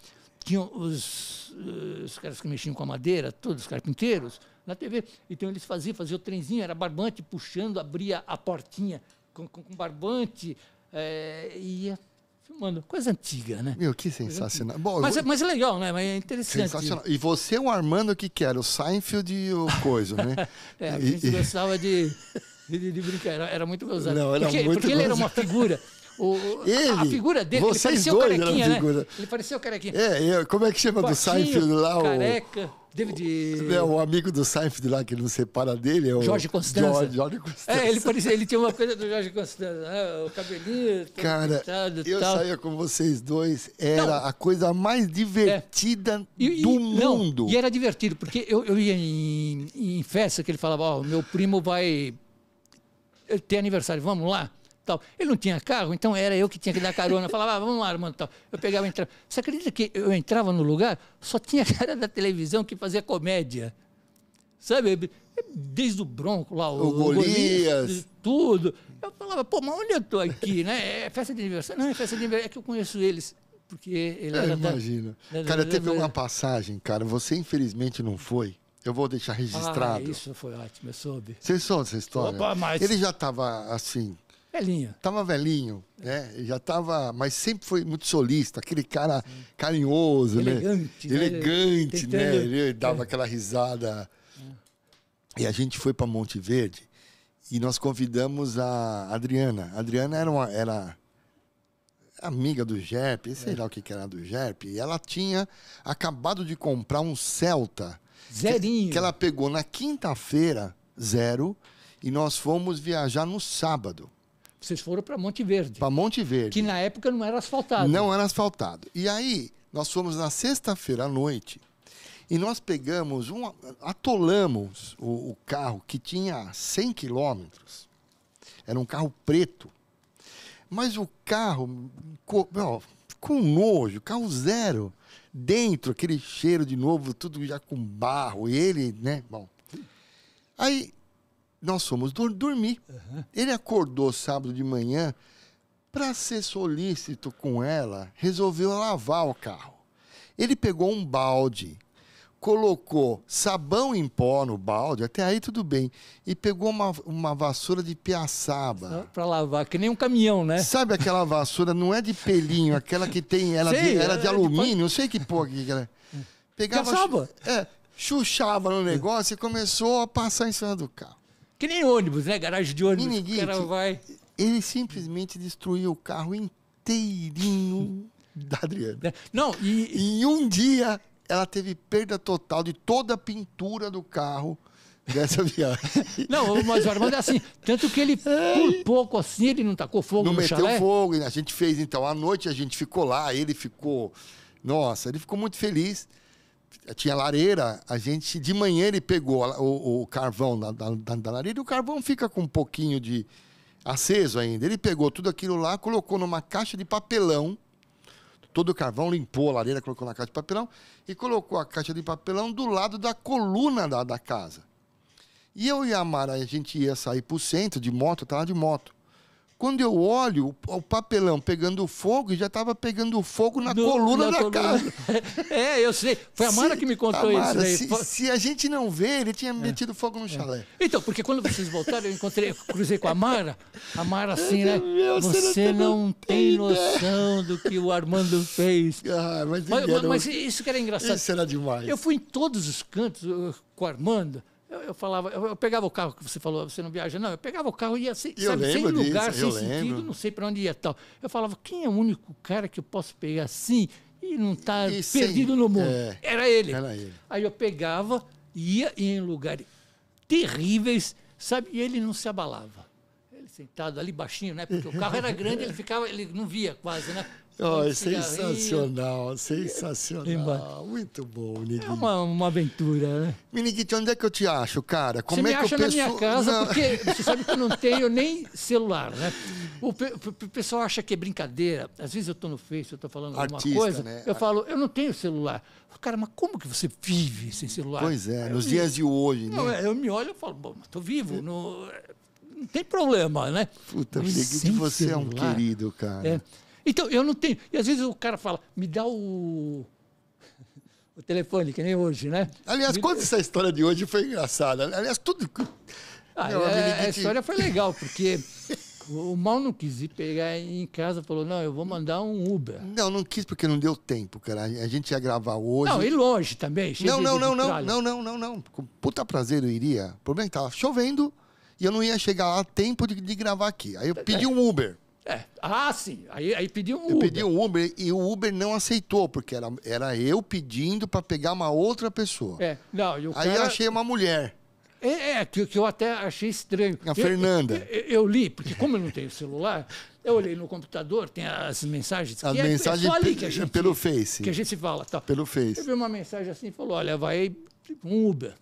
S2: Tinham os, eh, os caras que mexiam com a madeira, todos os carpinteiros, na TV. Então eles faziam, faziam o trenzinho, era barbante puxando, abria a portinha com, com- com barbante eh, e ia filmando. Coisa antiga, né?
S1: Meu, que sensacional. Bom,
S2: Mas,
S1: eu-
S2: é- mas é legal, né? Mas é interessante.
S1: sensacional. E você, o Armando, o que que era? O Seinfeld e o coisa, né?
S2: É, a
S1: E-
S2: gente
S1: e-
S2: gostava de, de, de brincar, era, era muito gozado.
S1: Não, era
S2: porque
S1: muito
S2: porque ele era
S1: gozado.
S2: uma figura. O, o- a, a
S1: Ele,
S2: figura dele, ele
S1: vocês
S2: parecia o
S1: dois eram
S2: carequinha, né?
S1: figura.
S2: Ele parecia o carequinha.
S1: É, eu- como é que chama do
S2: Baixinho,
S1: Seinfeld lá? O,
S2: Careca, David...
S1: né, o amigo do Seinfeld lá que ele não separa dele? É o
S2: Jorge Costanza.
S1: Jorge, Jorge Costanza.
S2: É, ele, parecia, ele tinha uma coisa do Jorge Costanza, né? O cabelinho todo
S1: Cara,
S2: pintado e
S1: eu
S2: tal.
S1: saía com vocês dois, era
S2: Não. É.
S1: a coisa mais divertida
S2: E- e-
S1: do
S2: não,
S1: mundo.
S2: e é era divertido, porque eu, eu ia em, em festa que ele falava, ó, meu primo vai ter aniversário, vamos lá. Tal. Ele não tinha carro, então era eu que tinha que dar carona. Eu Falava, ah, vamos lá, Armando. Tal. Eu pegava e entrava. Você acredita que eu entrava no lugar, só tinha cara da televisão que fazia comédia. Sabe? Desde o Bronco lá, o,
S1: O Golias.
S2: de tudo. Eu falava, pô, mas onde eu tô aqui, né? É festa de aniversário? Não, é festa de aniversário. É que eu conheço eles. Porque ele
S1: Eu
S2: era da-
S1: imagino.
S2: da-
S1: É, Cara,
S2: da-
S1: teve
S2: da-
S1: uma passagem, cara, você infelizmente não foi. Eu vou deixar
S2: Ah,
S1: registrado.
S2: isso foi ótimo, eu soube.
S1: Você soube essa história?
S2: Opa, mas-
S1: Ele já estava assim,
S2: Velhinho.
S1: tava velhinho, né? Ele Já tava, mas sempre foi muito solista, aquele cara carinhoso,
S2: Elegante, né?
S1: né? Elegante, né?
S2: Tentando-
S1: Ele dava aquela risada. E a gente foi para Monte Verde e nós convidamos a Adriana. A Adriana era uma era amiga do
S2: É.
S1: Gerp, sei lá o que que era do Gerp, e ela tinha acabado de comprar um Celta.
S2: Zerinho.
S1: Que ela pegou na quinta-feira, zero, e nós fomos viajar no sábado
S2: Vocês foram para Monte Verde,
S1: para Monte Verde.
S2: que na época não era asfaltado.
S1: Não era asfaltado. E aí, nós fomos na sexta-feira à noite E nós pegamos, um, atolamos o, o carro que tinha 100 quilômetros. Era um carro preto. Mas o carro, co- ó, com nojo, carro zero. Dentro, aquele cheiro de novo, tudo já com barro. E ele, né? Bom. Aí nós fomos dor- dormir. Ele acordou sábado de manhã para ser solícito com ela, resolveu lavar o carro. Ele pegou um balde, colocou sabão em pó no balde, até aí tudo bem, e pegou uma, uma vassoura de piaçaba.
S3: né?
S1: É.
S3: Pra lavar, que nem um caminhão, né?
S1: Sabe aquela vassoura, não é de pelinho, aquela que tem, ela
S3: Sei,
S1: de, era
S3: é
S1: de
S3: de
S1: alumínio, não sei que porra que era. Pegava,
S3: Piaçaba?
S1: É, chuchava no negócio e começou a passar em cima do carro.
S3: Que nem ônibus, né? Garagem de ônibus.
S1: Miniguite.
S3: O cara vai.
S1: Ele simplesmente destruiu o carro inteirinho da Adriana.
S3: né? Não, e,
S1: Em um dia, ela teve perda total de toda a pintura do carro dessa viagem.
S2: Não, mas o Armando é assim. Tanto que ele, por pouco assim, ele não tacou fogo
S1: Não
S2: no
S1: meteu
S2: chalé.
S1: fogo. e A gente fez, então, à noite a gente ficou lá, ele ficou. Nossa, ele ficou muito feliz. Tinha lareira, a gente. De manhã ele pegou a- o, o carvão da, da- da- da lareira e o carvão fica com um pouquinho de aceso ainda. Ele pegou tudo aquilo lá, colocou numa caixa de papelão. Todo o carvão limpou a lareira, colocou na caixa de papelão e colocou a caixa de papelão do lado da coluna da, da casa. E eu e a Mara, a gente ia sair pro centro de moto, eu tava de moto. Quando eu olho, o o papelão pegando fogo, e já tava pegando fogo na
S3: no-
S1: coluna
S3: na
S1: da
S3: coluna.
S1: casa.
S3: É, eu sei. Foi a Mara
S1: Se-
S3: que me contou
S1: a Mara,
S3: isso.
S1: Se,
S3: Daí. É.
S1: se a gente não vê, ele tinha metido fogo no chalé.
S2: Então, porque quando vocês voltaram, eu encontrei, eu cruzei com a Mara. A Mara assim, né?
S1: Meu, você não
S3: Você
S1: tem
S3: não tem noção do que o Armando fez.
S1: Ah, mas,
S2: Mas,
S1: ele era,
S2: mas isso que era engraçado.
S1: isso era demais.
S2: Eu fui em todos os cantos eu- com o Armando. Eu, eu falava, eu, eu pegava o carro que você falou, você não viaja, não. Eu pegava o carro e ia sem,
S1: Eu
S2: sabe, sem
S1: lembro
S2: lugar,
S1: disso, eu
S2: sem
S1: lembro.
S2: sentido, não sei para onde ia tal. Eu falava, quem é o único cara que eu posso pegar assim e não tá
S1: E sem-
S2: perdido no mundo?
S1: é,
S2: era ele.
S1: era ele.
S2: Aí eu pegava, ia em lugares terríveis, sabe? E ele não se abalava. Ele sentado ali baixinho, né? Porque o carro era grande, ele ficava, ele não via quase, né?
S1: Oh, é
S2: Cigarrinho.
S1: sensacional,
S3: Emba-
S1: sensacional. Muito bom,
S3: É
S1: Niguinho.
S3: uma, uma aventura, né?
S1: Miniguinho, onde é que eu te acho, cara? Como
S2: Você me
S1: é que
S2: acha
S1: o
S2: na
S1: pessoal...
S2: minha casa,
S1: Não,
S2: porque você sabe que eu não tenho nem celular, né? O, pe- pe- pe- pessoal acha que é brincadeira. Às vezes eu estou no Face, eu estou falando
S1: Artista,
S2: alguma coisa,
S1: né?
S2: eu falo, eu não tenho celular. Cara, mas como que você vive sem celular?
S1: Pois é,
S2: Eu
S1: nos
S2: me-
S1: dias de hoje,
S2: Não,
S1: né?
S2: é, eu me olho e falo, bom, mas tô vivo, não, não tem problema, né?
S1: Puta,
S2: Mas
S1: Miniguinho,
S2: sem
S1: você é um
S2: celular,
S1: querido, né? cara.
S2: é. Então, eu não tenho. E às vezes o cara fala, me dá o. O telefone, que nem hoje, né?
S1: Aliás, quando essa história de hoje foi engraçada. Aliás, tudo.
S2: Ah,
S1: Não,
S2: é-
S1: a
S2: a,
S1: Benedite-
S2: história foi legal, porque o o mal não quis ir pegar em casa, falou, não, eu vou mandar um Uber.
S1: Não, não quis porque não deu tempo, cara. A gente ia gravar hoje.
S2: Não, e longe também, cheio
S1: não,
S2: de-
S1: não,
S2: de
S1: não, não,
S2: tralha.
S1: não, não, não, não. Com puta prazer eu iria. O problema é que tava chovendo e eu não ia chegar lá a tempo de, de gravar aqui. Aí eu pedi um Uber.
S2: É. Ah, sim, aí, aí pediu um
S1: Eu
S2: é. Uber.
S1: pedi um Uber e o Uber não aceitou, porque era, era eu pedindo pra pegar uma outra pessoa.
S2: É, não, e o
S1: Aí eu
S2: cara...
S1: achei uma mulher.
S2: É, é, que, que eu até achei estranho.
S1: A
S2: Eu-
S1: Fernanda.
S2: Eu, eu li, porque como eu não tenho celular, eu olhei no computador, tem as mensagens.
S1: As
S2: que é-
S1: mensagens
S2: é só ali
S1: pe-
S2: que a gente,
S1: pelo Face.
S2: Que a gente se fala, tá?
S1: Pelo Face.
S2: Eu vi uma mensagem assim e falou: olha, vai um Uber.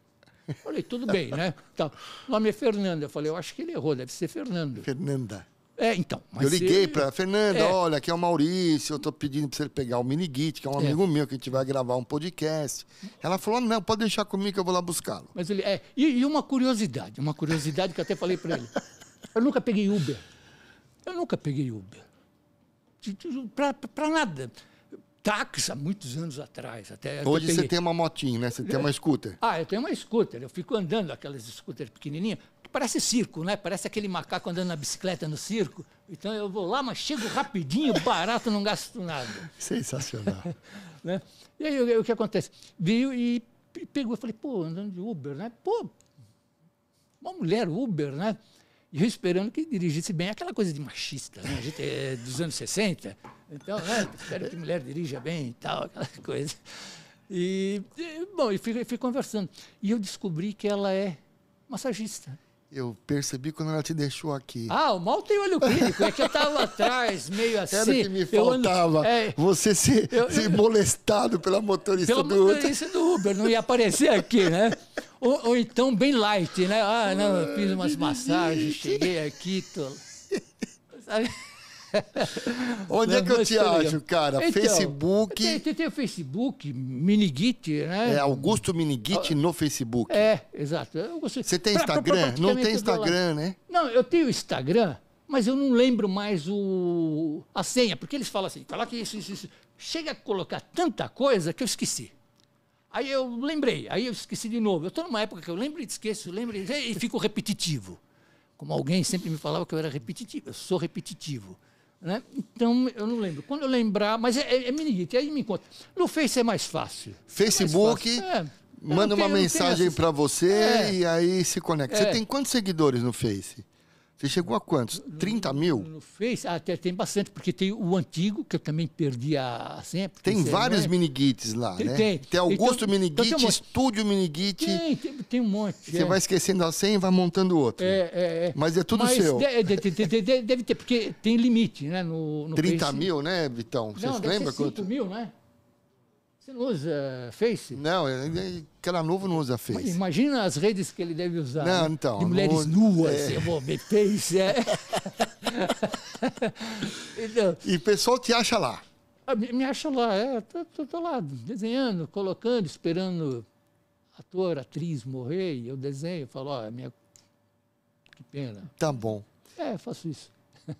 S2: Falei, tudo bem, né? Tá. O nome é Fernando. Eu falei, eu acho que ele errou, deve ser Fernando.
S1: Fernanda.
S2: É, então. mas
S1: eu liguei
S2: ele-
S1: pra Fernanda,
S2: É.
S1: olha, aqui é o Maurício, eu tô pedindo pra você pegar o Minigit, que é um amigo meu, que a gente vai gravar um podcast. Ela falou, não, pode deixar comigo que eu vou lá buscá-lo.
S2: Mas ele. É, e, e uma curiosidade, uma curiosidade que eu até falei pra ele. Eu nunca peguei Uber. Eu nunca peguei Uber. De- de- Pra, pra nada. Táxi há muitos anos atrás. Até, até
S1: Hoje você
S2: peguei.
S1: tem uma motinha, né? Você tem uma scooter.
S2: Ah, eu tenho uma scooter. Eu fico andando, aquelas scooters pequenininhas, que parece circo, né? Parece aquele macaco andando na bicicleta no circo. Então eu vou lá, mas chego rapidinho, barato, não gasto nada.
S1: Sensacional.
S2: Né? E aí o- o que acontece? Veio e pe- pegou. Eu falei, pô, andando de Uber, né? Pô, uma mulher Uber, né? E eu esperando que dirigisse bem. Aquela coisa de machista, né? A gente é dos anos 60, então, né? Espero que mulher dirija bem e tal, aquela coisa. E, e, bom, e fui, fui conversando. E eu descobri que ela é massagista.
S1: Eu percebi quando ela te deixou aqui.
S2: Ah, o mal tem olho clínico, é que eu tava atrás, meio assim.
S1: Era o que me
S2: eu ando-
S1: faltava.
S2: é,
S1: Você se,
S2: eu-
S1: se molestado pela motorista
S2: pela
S1: do outro.
S2: motorista do Uber, não ia aparecer aqui, né? Ou, ou então bem light, né? Ah, não, eu fiz umas massagens, cheguei aqui, tô... Sabe?
S1: Onde é que eu te
S2: Lembra-
S1: acho, cara?
S2: Então,
S1: Facebook.
S2: Tem, tem, tem o Facebook, Minigit, né?
S1: É Augusto Miniguite no Facebook.
S2: É, exato. Eu gostei.
S1: Você tem
S2: Pra- pra-
S1: Instagram? Não
S2: praticamente
S1: tem
S2: eu dou lá. É
S1: Instagram, né?
S2: Não, eu tenho Instagram, mas eu não lembro mais o, a senha, porque eles falam assim, coloca isso, isso, isso. Chega a colocar tanta coisa que eu esqueci. Aí eu lembrei, aí eu esqueci de novo. Eu estou numa época que eu lembro e esqueço, lembro e e fico repetitivo. Como alguém sempre me falava que eu era repetitivo, eu sou repetitivo. Né? Então eu não lembro. Quando eu lembrar, mas é, é, é minigit, aí me encontra. No Face é mais fácil.
S1: Facebook.
S2: É mais fácil. É. Eu
S1: Manda
S2: não tenho-
S1: uma
S2: eu não tenho
S1: mensagem
S2: essas-
S1: pra você
S2: É.
S1: e aí se conecta. Você
S2: É.
S1: tem quantos seguidores no Face? Você chegou a quantos? 30 mil?
S2: No Face, até Ah, tem bastante, porque tem o antigo, que eu também perdi a a senha. porque
S1: Tem
S2: isso aí
S1: vários
S2: não é-
S1: miniguites lá,
S2: Tem,
S1: né?
S2: tem.
S1: Tem Augusto
S2: Então-
S1: Miniguite,
S2: então tem um monte.
S1: Estúdio Miniguite.
S2: Tem, tem, tem um monte.
S1: Você
S2: é.
S1: vai esquecendo a senha e vai montando outro.
S2: É, é, é.
S1: Mas é tudo seu.
S2: de- de- de- de- de- deve ter, porque tem limite, né? No, no
S1: 30
S2: Face.
S1: mil, né, Vitão? Vocês
S2: Não, deve
S1: lembram?
S2: ser 5
S1: quanto?
S2: mil, né? Você não usa eh, Face?
S1: Não, é- é- cara novo não usa
S2: Mas é
S1: Face.
S2: Imagina as redes que ele deve usar.
S1: Não,
S2: né?
S1: então,
S2: De mulheres
S1: não-
S2: nuas,
S1: é.
S2: eu vou ver Face. É. então,
S1: E o pessoal te acha lá.
S2: Ah, Me me acha lá, é, tô, tô- tô lá desenhando, colocando, esperando ator, atriz morrer, e eu desenho, falo, ó, é minha... que pena.
S1: Tá bom.
S2: É, faço isso.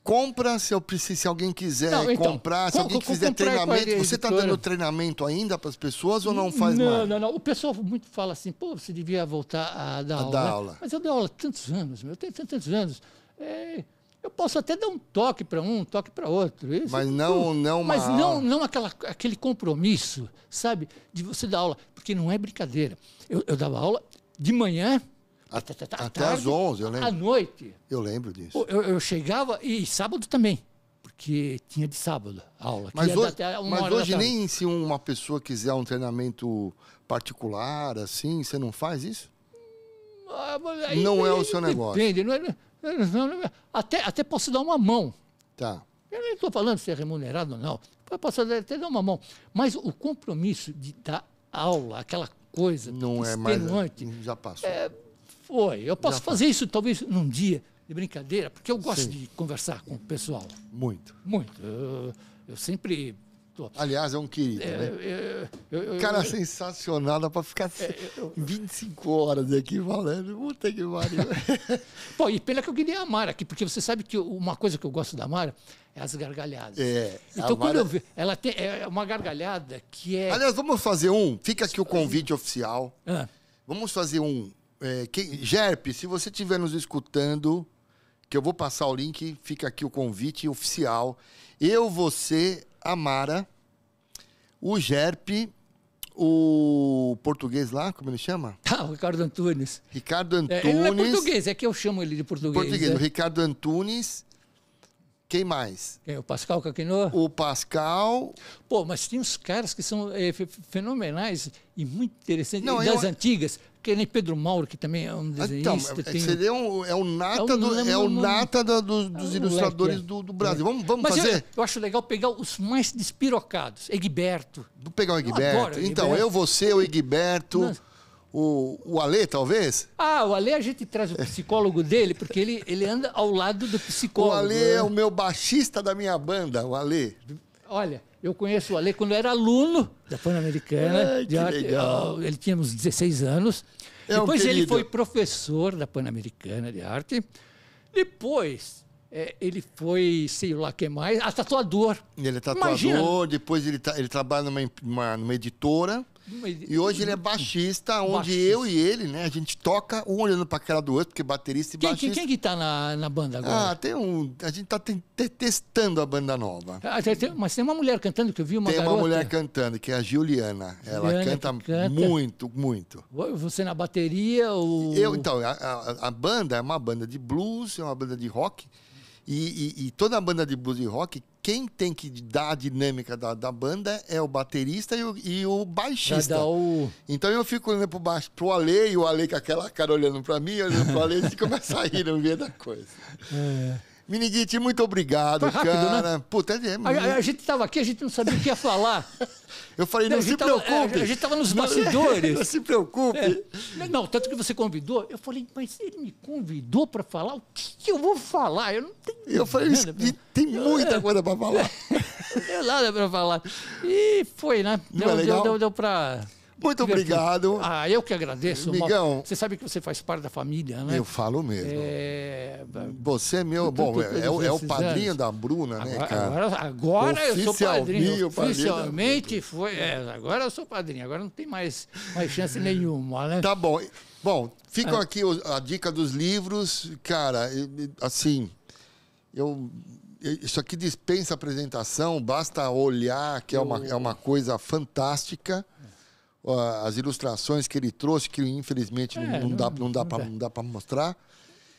S1: Compra se, eu preciso, se alguém quiser
S2: Não, então,
S1: comprar, se
S2: com-
S1: alguém
S2: com-
S1: quiser
S2: comprar é com a
S1: treinamento. Você está
S2: editora. Hum,
S1: dando treinamento ainda para as pessoas ou não faz
S2: não,
S1: mais?
S2: Não, não, O pessoal muito fala assim, pô, você devia voltar a dar
S1: A
S2: aula.
S1: dar
S2: né?
S1: aula.
S2: Mas eu dou aula há tantos anos, meu, eu tenho tantos anos. É, eu posso até dar um toque para um, um toque para outro. isso
S1: Mas não, não uma
S2: Mas não,
S1: aula.
S2: não aquela, aquele compromisso, sabe, de você dar aula, porque não é brincadeira. Eu, eu dava aula de manhã,
S1: A-
S2: tá, tá, tá, à
S1: até às né?
S2: tarde,
S1: 11, eu
S2: à
S1: lembro.
S2: noite.
S1: Eu lembro disso.
S2: Eu, eu chegava e sábado também, porque tinha de sábado aula. que
S1: Mas
S2: ia dar
S1: hoje,
S2: até uma
S1: mas
S2: hora da
S1: hoje
S2: tarde.
S1: nem se uma pessoa quiser um treinamento particular, assim, você não faz isso?
S2: Ah, mas aí-
S1: Não é o
S2: aí
S1: seu negócio.
S2: Depende, não é- não é- não é- até, até posso dar uma mão.
S1: Tá.
S2: Eu não estou falando se é remunerado ou não. Eu posso até dar uma mão. Mas o compromisso de dar aula, aquela coisa
S1: Não é mais.
S2: extenuante,
S1: Já passou.
S2: É. foi. Eu posso fazer isso talvez num dia de brincadeira, porque eu gosto
S1: Sim.
S2: de conversar com o pessoal.
S1: Muito.
S2: Muito. Eu, eu sempre. Tô,
S1: Aliás, é um querido, né?
S2: eu- eu- É,
S1: Cara sensacional, dá pra ficar 25 horas aqui falando. Puta que pariu.
S2: Pô, e pena que eu queria a Mara aqui, porque você sabe que eu- uma coisa que eu gosto da Mara é as gargalhadas.
S1: É, a
S2: Então, quando
S1: Mara-
S2: eu vejo. Ela tem é uma gargalhada que é.
S1: Aliás, vamos fazer um. Fica aqui o convite oficial.
S2: Ah,
S1: Vamos fazer um. É, quem- Gerp, se você estiver nos escutando, que eu vou passar o link, fica aqui o convite oficial. Eu, você, a Mara, o Gerp, o português lá, como ele chama?
S2: tá, o Ricardo Antunes.
S1: Ricardo Antunes.
S2: É, ele não é português, é que eu chamo ele de português.
S1: Português, o
S2: né?
S1: Ricardo Antunes. Quem mais?
S2: Quem é o Pascal Caquinô.
S1: O Pascal.
S2: Pô, mas tem uns caras que são eh, fe- fenomenais e muito interessantes.
S1: Não,
S2: e
S1: eu-
S2: das antigas, que nem Pedro Mauro, que também é um
S1: Ah, Então,
S2: desenhista.
S1: é-
S2: tem-
S1: seria um, é o nata,
S2: É um-
S1: do, é
S2: é
S1: o
S2: um-
S1: nata da- dos, dos
S2: moleque,
S1: ilustradores
S2: é.
S1: do, do Brasil. Vamos, vamos
S2: Mas eu-
S1: fazer?
S2: Eu, acho legal pegar os mais despirocados. Egberto.
S1: Vou pegar o
S2: adoro
S1: Egberto.
S2: o
S1: Então,
S2: Egberto.
S1: eu, você, o Egberto,
S2: Nossa.
S1: o, o Ale, talvez?
S2: Ah, o Ale a gente traz o psicólogo dele, porque ele, ele anda ao lado do
S1: O
S2: psicólogo.
S1: Ale
S2: né?
S1: é o meu baixista da minha banda, o Ale.
S2: Olha, eu conheço o Ale quando eu era aluno da Pan-Americana.
S1: Ai, que
S2: de arte.
S1: legal.
S2: Ah, Ele tinha uns 16 anos.
S1: É um
S2: Depois ele
S1: querido.
S2: foi professor da Pan-Americana de Arte. Depois eh, ele foi, sei lá o que mais, a tatuador.
S1: Ele é tatuador,
S2: Imagina.
S1: depois ele, tra- ele trabalha numa, em- uma- numa editora. E hoje ele é baixista, onde
S2: Baixista.
S1: eu e ele, né, a gente toca um olhando pra cara do outro, porque baterista e
S2: Quem, quem,
S1: é baixista.
S2: quem que tá na, na banda
S1: Ah,
S2: agora?
S1: tem um. A gente tá ten- te- testando a banda nova.
S2: Ah, tem- tem- mas tem uma mulher cantando que eu vi uma
S1: Tem uma
S2: garota.
S1: mulher cantando, que é a Juliana. Ela
S2: Juliana,
S1: canta,
S2: que canta.
S1: muito, muito. então,
S2: Você na bateria ou...
S1: Eu, então, a, a- a banda é uma banda de blues, é uma banda de rock. E, e- e toda a banda de blues e rock, quem tem que dar a dinâmica da, da banda é o baterista e o, e o
S2: Pra
S1: baixista.
S2: dar o.
S1: Então eu fico olhando pro, baixo, pro Ale e o Ale com aquela cara olhando pra mim, olhando pro Ale e começa a rir no meio da coisa. Miniguite, muito obrigado,
S2: Foi É. Tá rápido, né?
S1: cara. Puta, é,
S2: A, a- a gente estava aqui, a gente não sabia o que ia falar.
S1: eu falei,
S2: então, é, a
S1: não
S2: gente
S1: se
S2: tava-
S1: preocupe.
S2: a- a gente estava nos
S1: Não-
S2: bastidores.
S1: Não se preocupe.
S2: É. Não, tanto que você convidou, eu falei, mas ele me convidou para falar, o que, que eu vou falar? Eu não tenho.
S1: Eu falei,
S2: nada pra-
S1: "Ih, tem muita coisa pra falar.
S2: não tenho nada para falar. E foi, né?
S1: Não é
S2: Deu, deu,
S1: legal?
S2: deu, deu para.
S1: Muito obrigado.
S2: Ah, eu que agradeço. Mauro.
S1: Migão.
S2: Você sabe que você faz parte da família, né?
S1: Eu falo mesmo.
S2: É,
S1: Você é meu. Bom, é, é o- é o padrinho da Bruna, né,
S2: agora,
S1: cara?
S2: agora, agora eu sou padrinho.
S1: Oficialmente, padrinho da-
S2: Oficialmente foi. é, agora eu sou padrinho. Agora não tem mais, mais chance nenhuma, né?
S1: Tá bom. Bom, ficam
S2: Ah.
S1: aqui os- a dica dos livros. Cara, e- e- assim, eu, eu- isso aqui dispensa apresentação, basta olhar, que é uma, é uma coisa fantástica. Ah, As ilustrações que ele trouxe, que infelizmente não-
S2: É,
S1: não, dá,
S2: não-
S1: não dá
S2: não
S1: pra-
S2: dá.
S1: não dá para mostrar.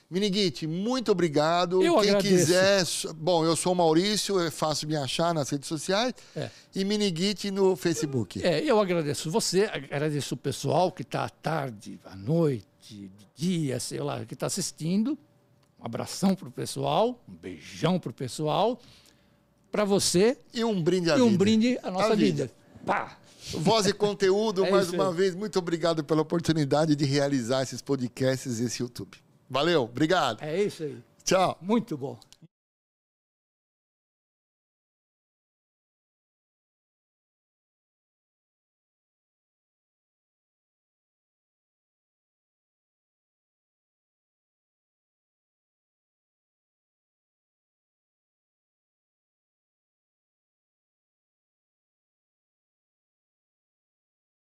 S1: Miniguite, muito obrigado.
S2: Eu
S1: Quem
S2: agradeço.
S1: quiser, so- bom, eu sou o Maurício, é fácil me achar nas redes sociais.
S2: É.
S1: E Miniguite no Facebook.
S2: É, eu agradeço você, agradeço o pessoal que está à tarde, à noite, de dia, sei lá, que está assistindo. Um abração pro pessoal, um beijão pro pessoal, para você
S1: E um brinde à
S2: e um
S1: vida.
S2: brinde à nossa
S1: À vida.
S2: vida. Pá!
S1: Voz e conteúdo,
S2: É
S1: mais
S2: isso
S1: uma
S2: aí.
S1: vez, muito obrigado pela oportunidade de realizar esses podcasts e esse YouTube. Valeu, obrigado.
S2: É isso aí.
S1: Tchau.
S2: Muito bom.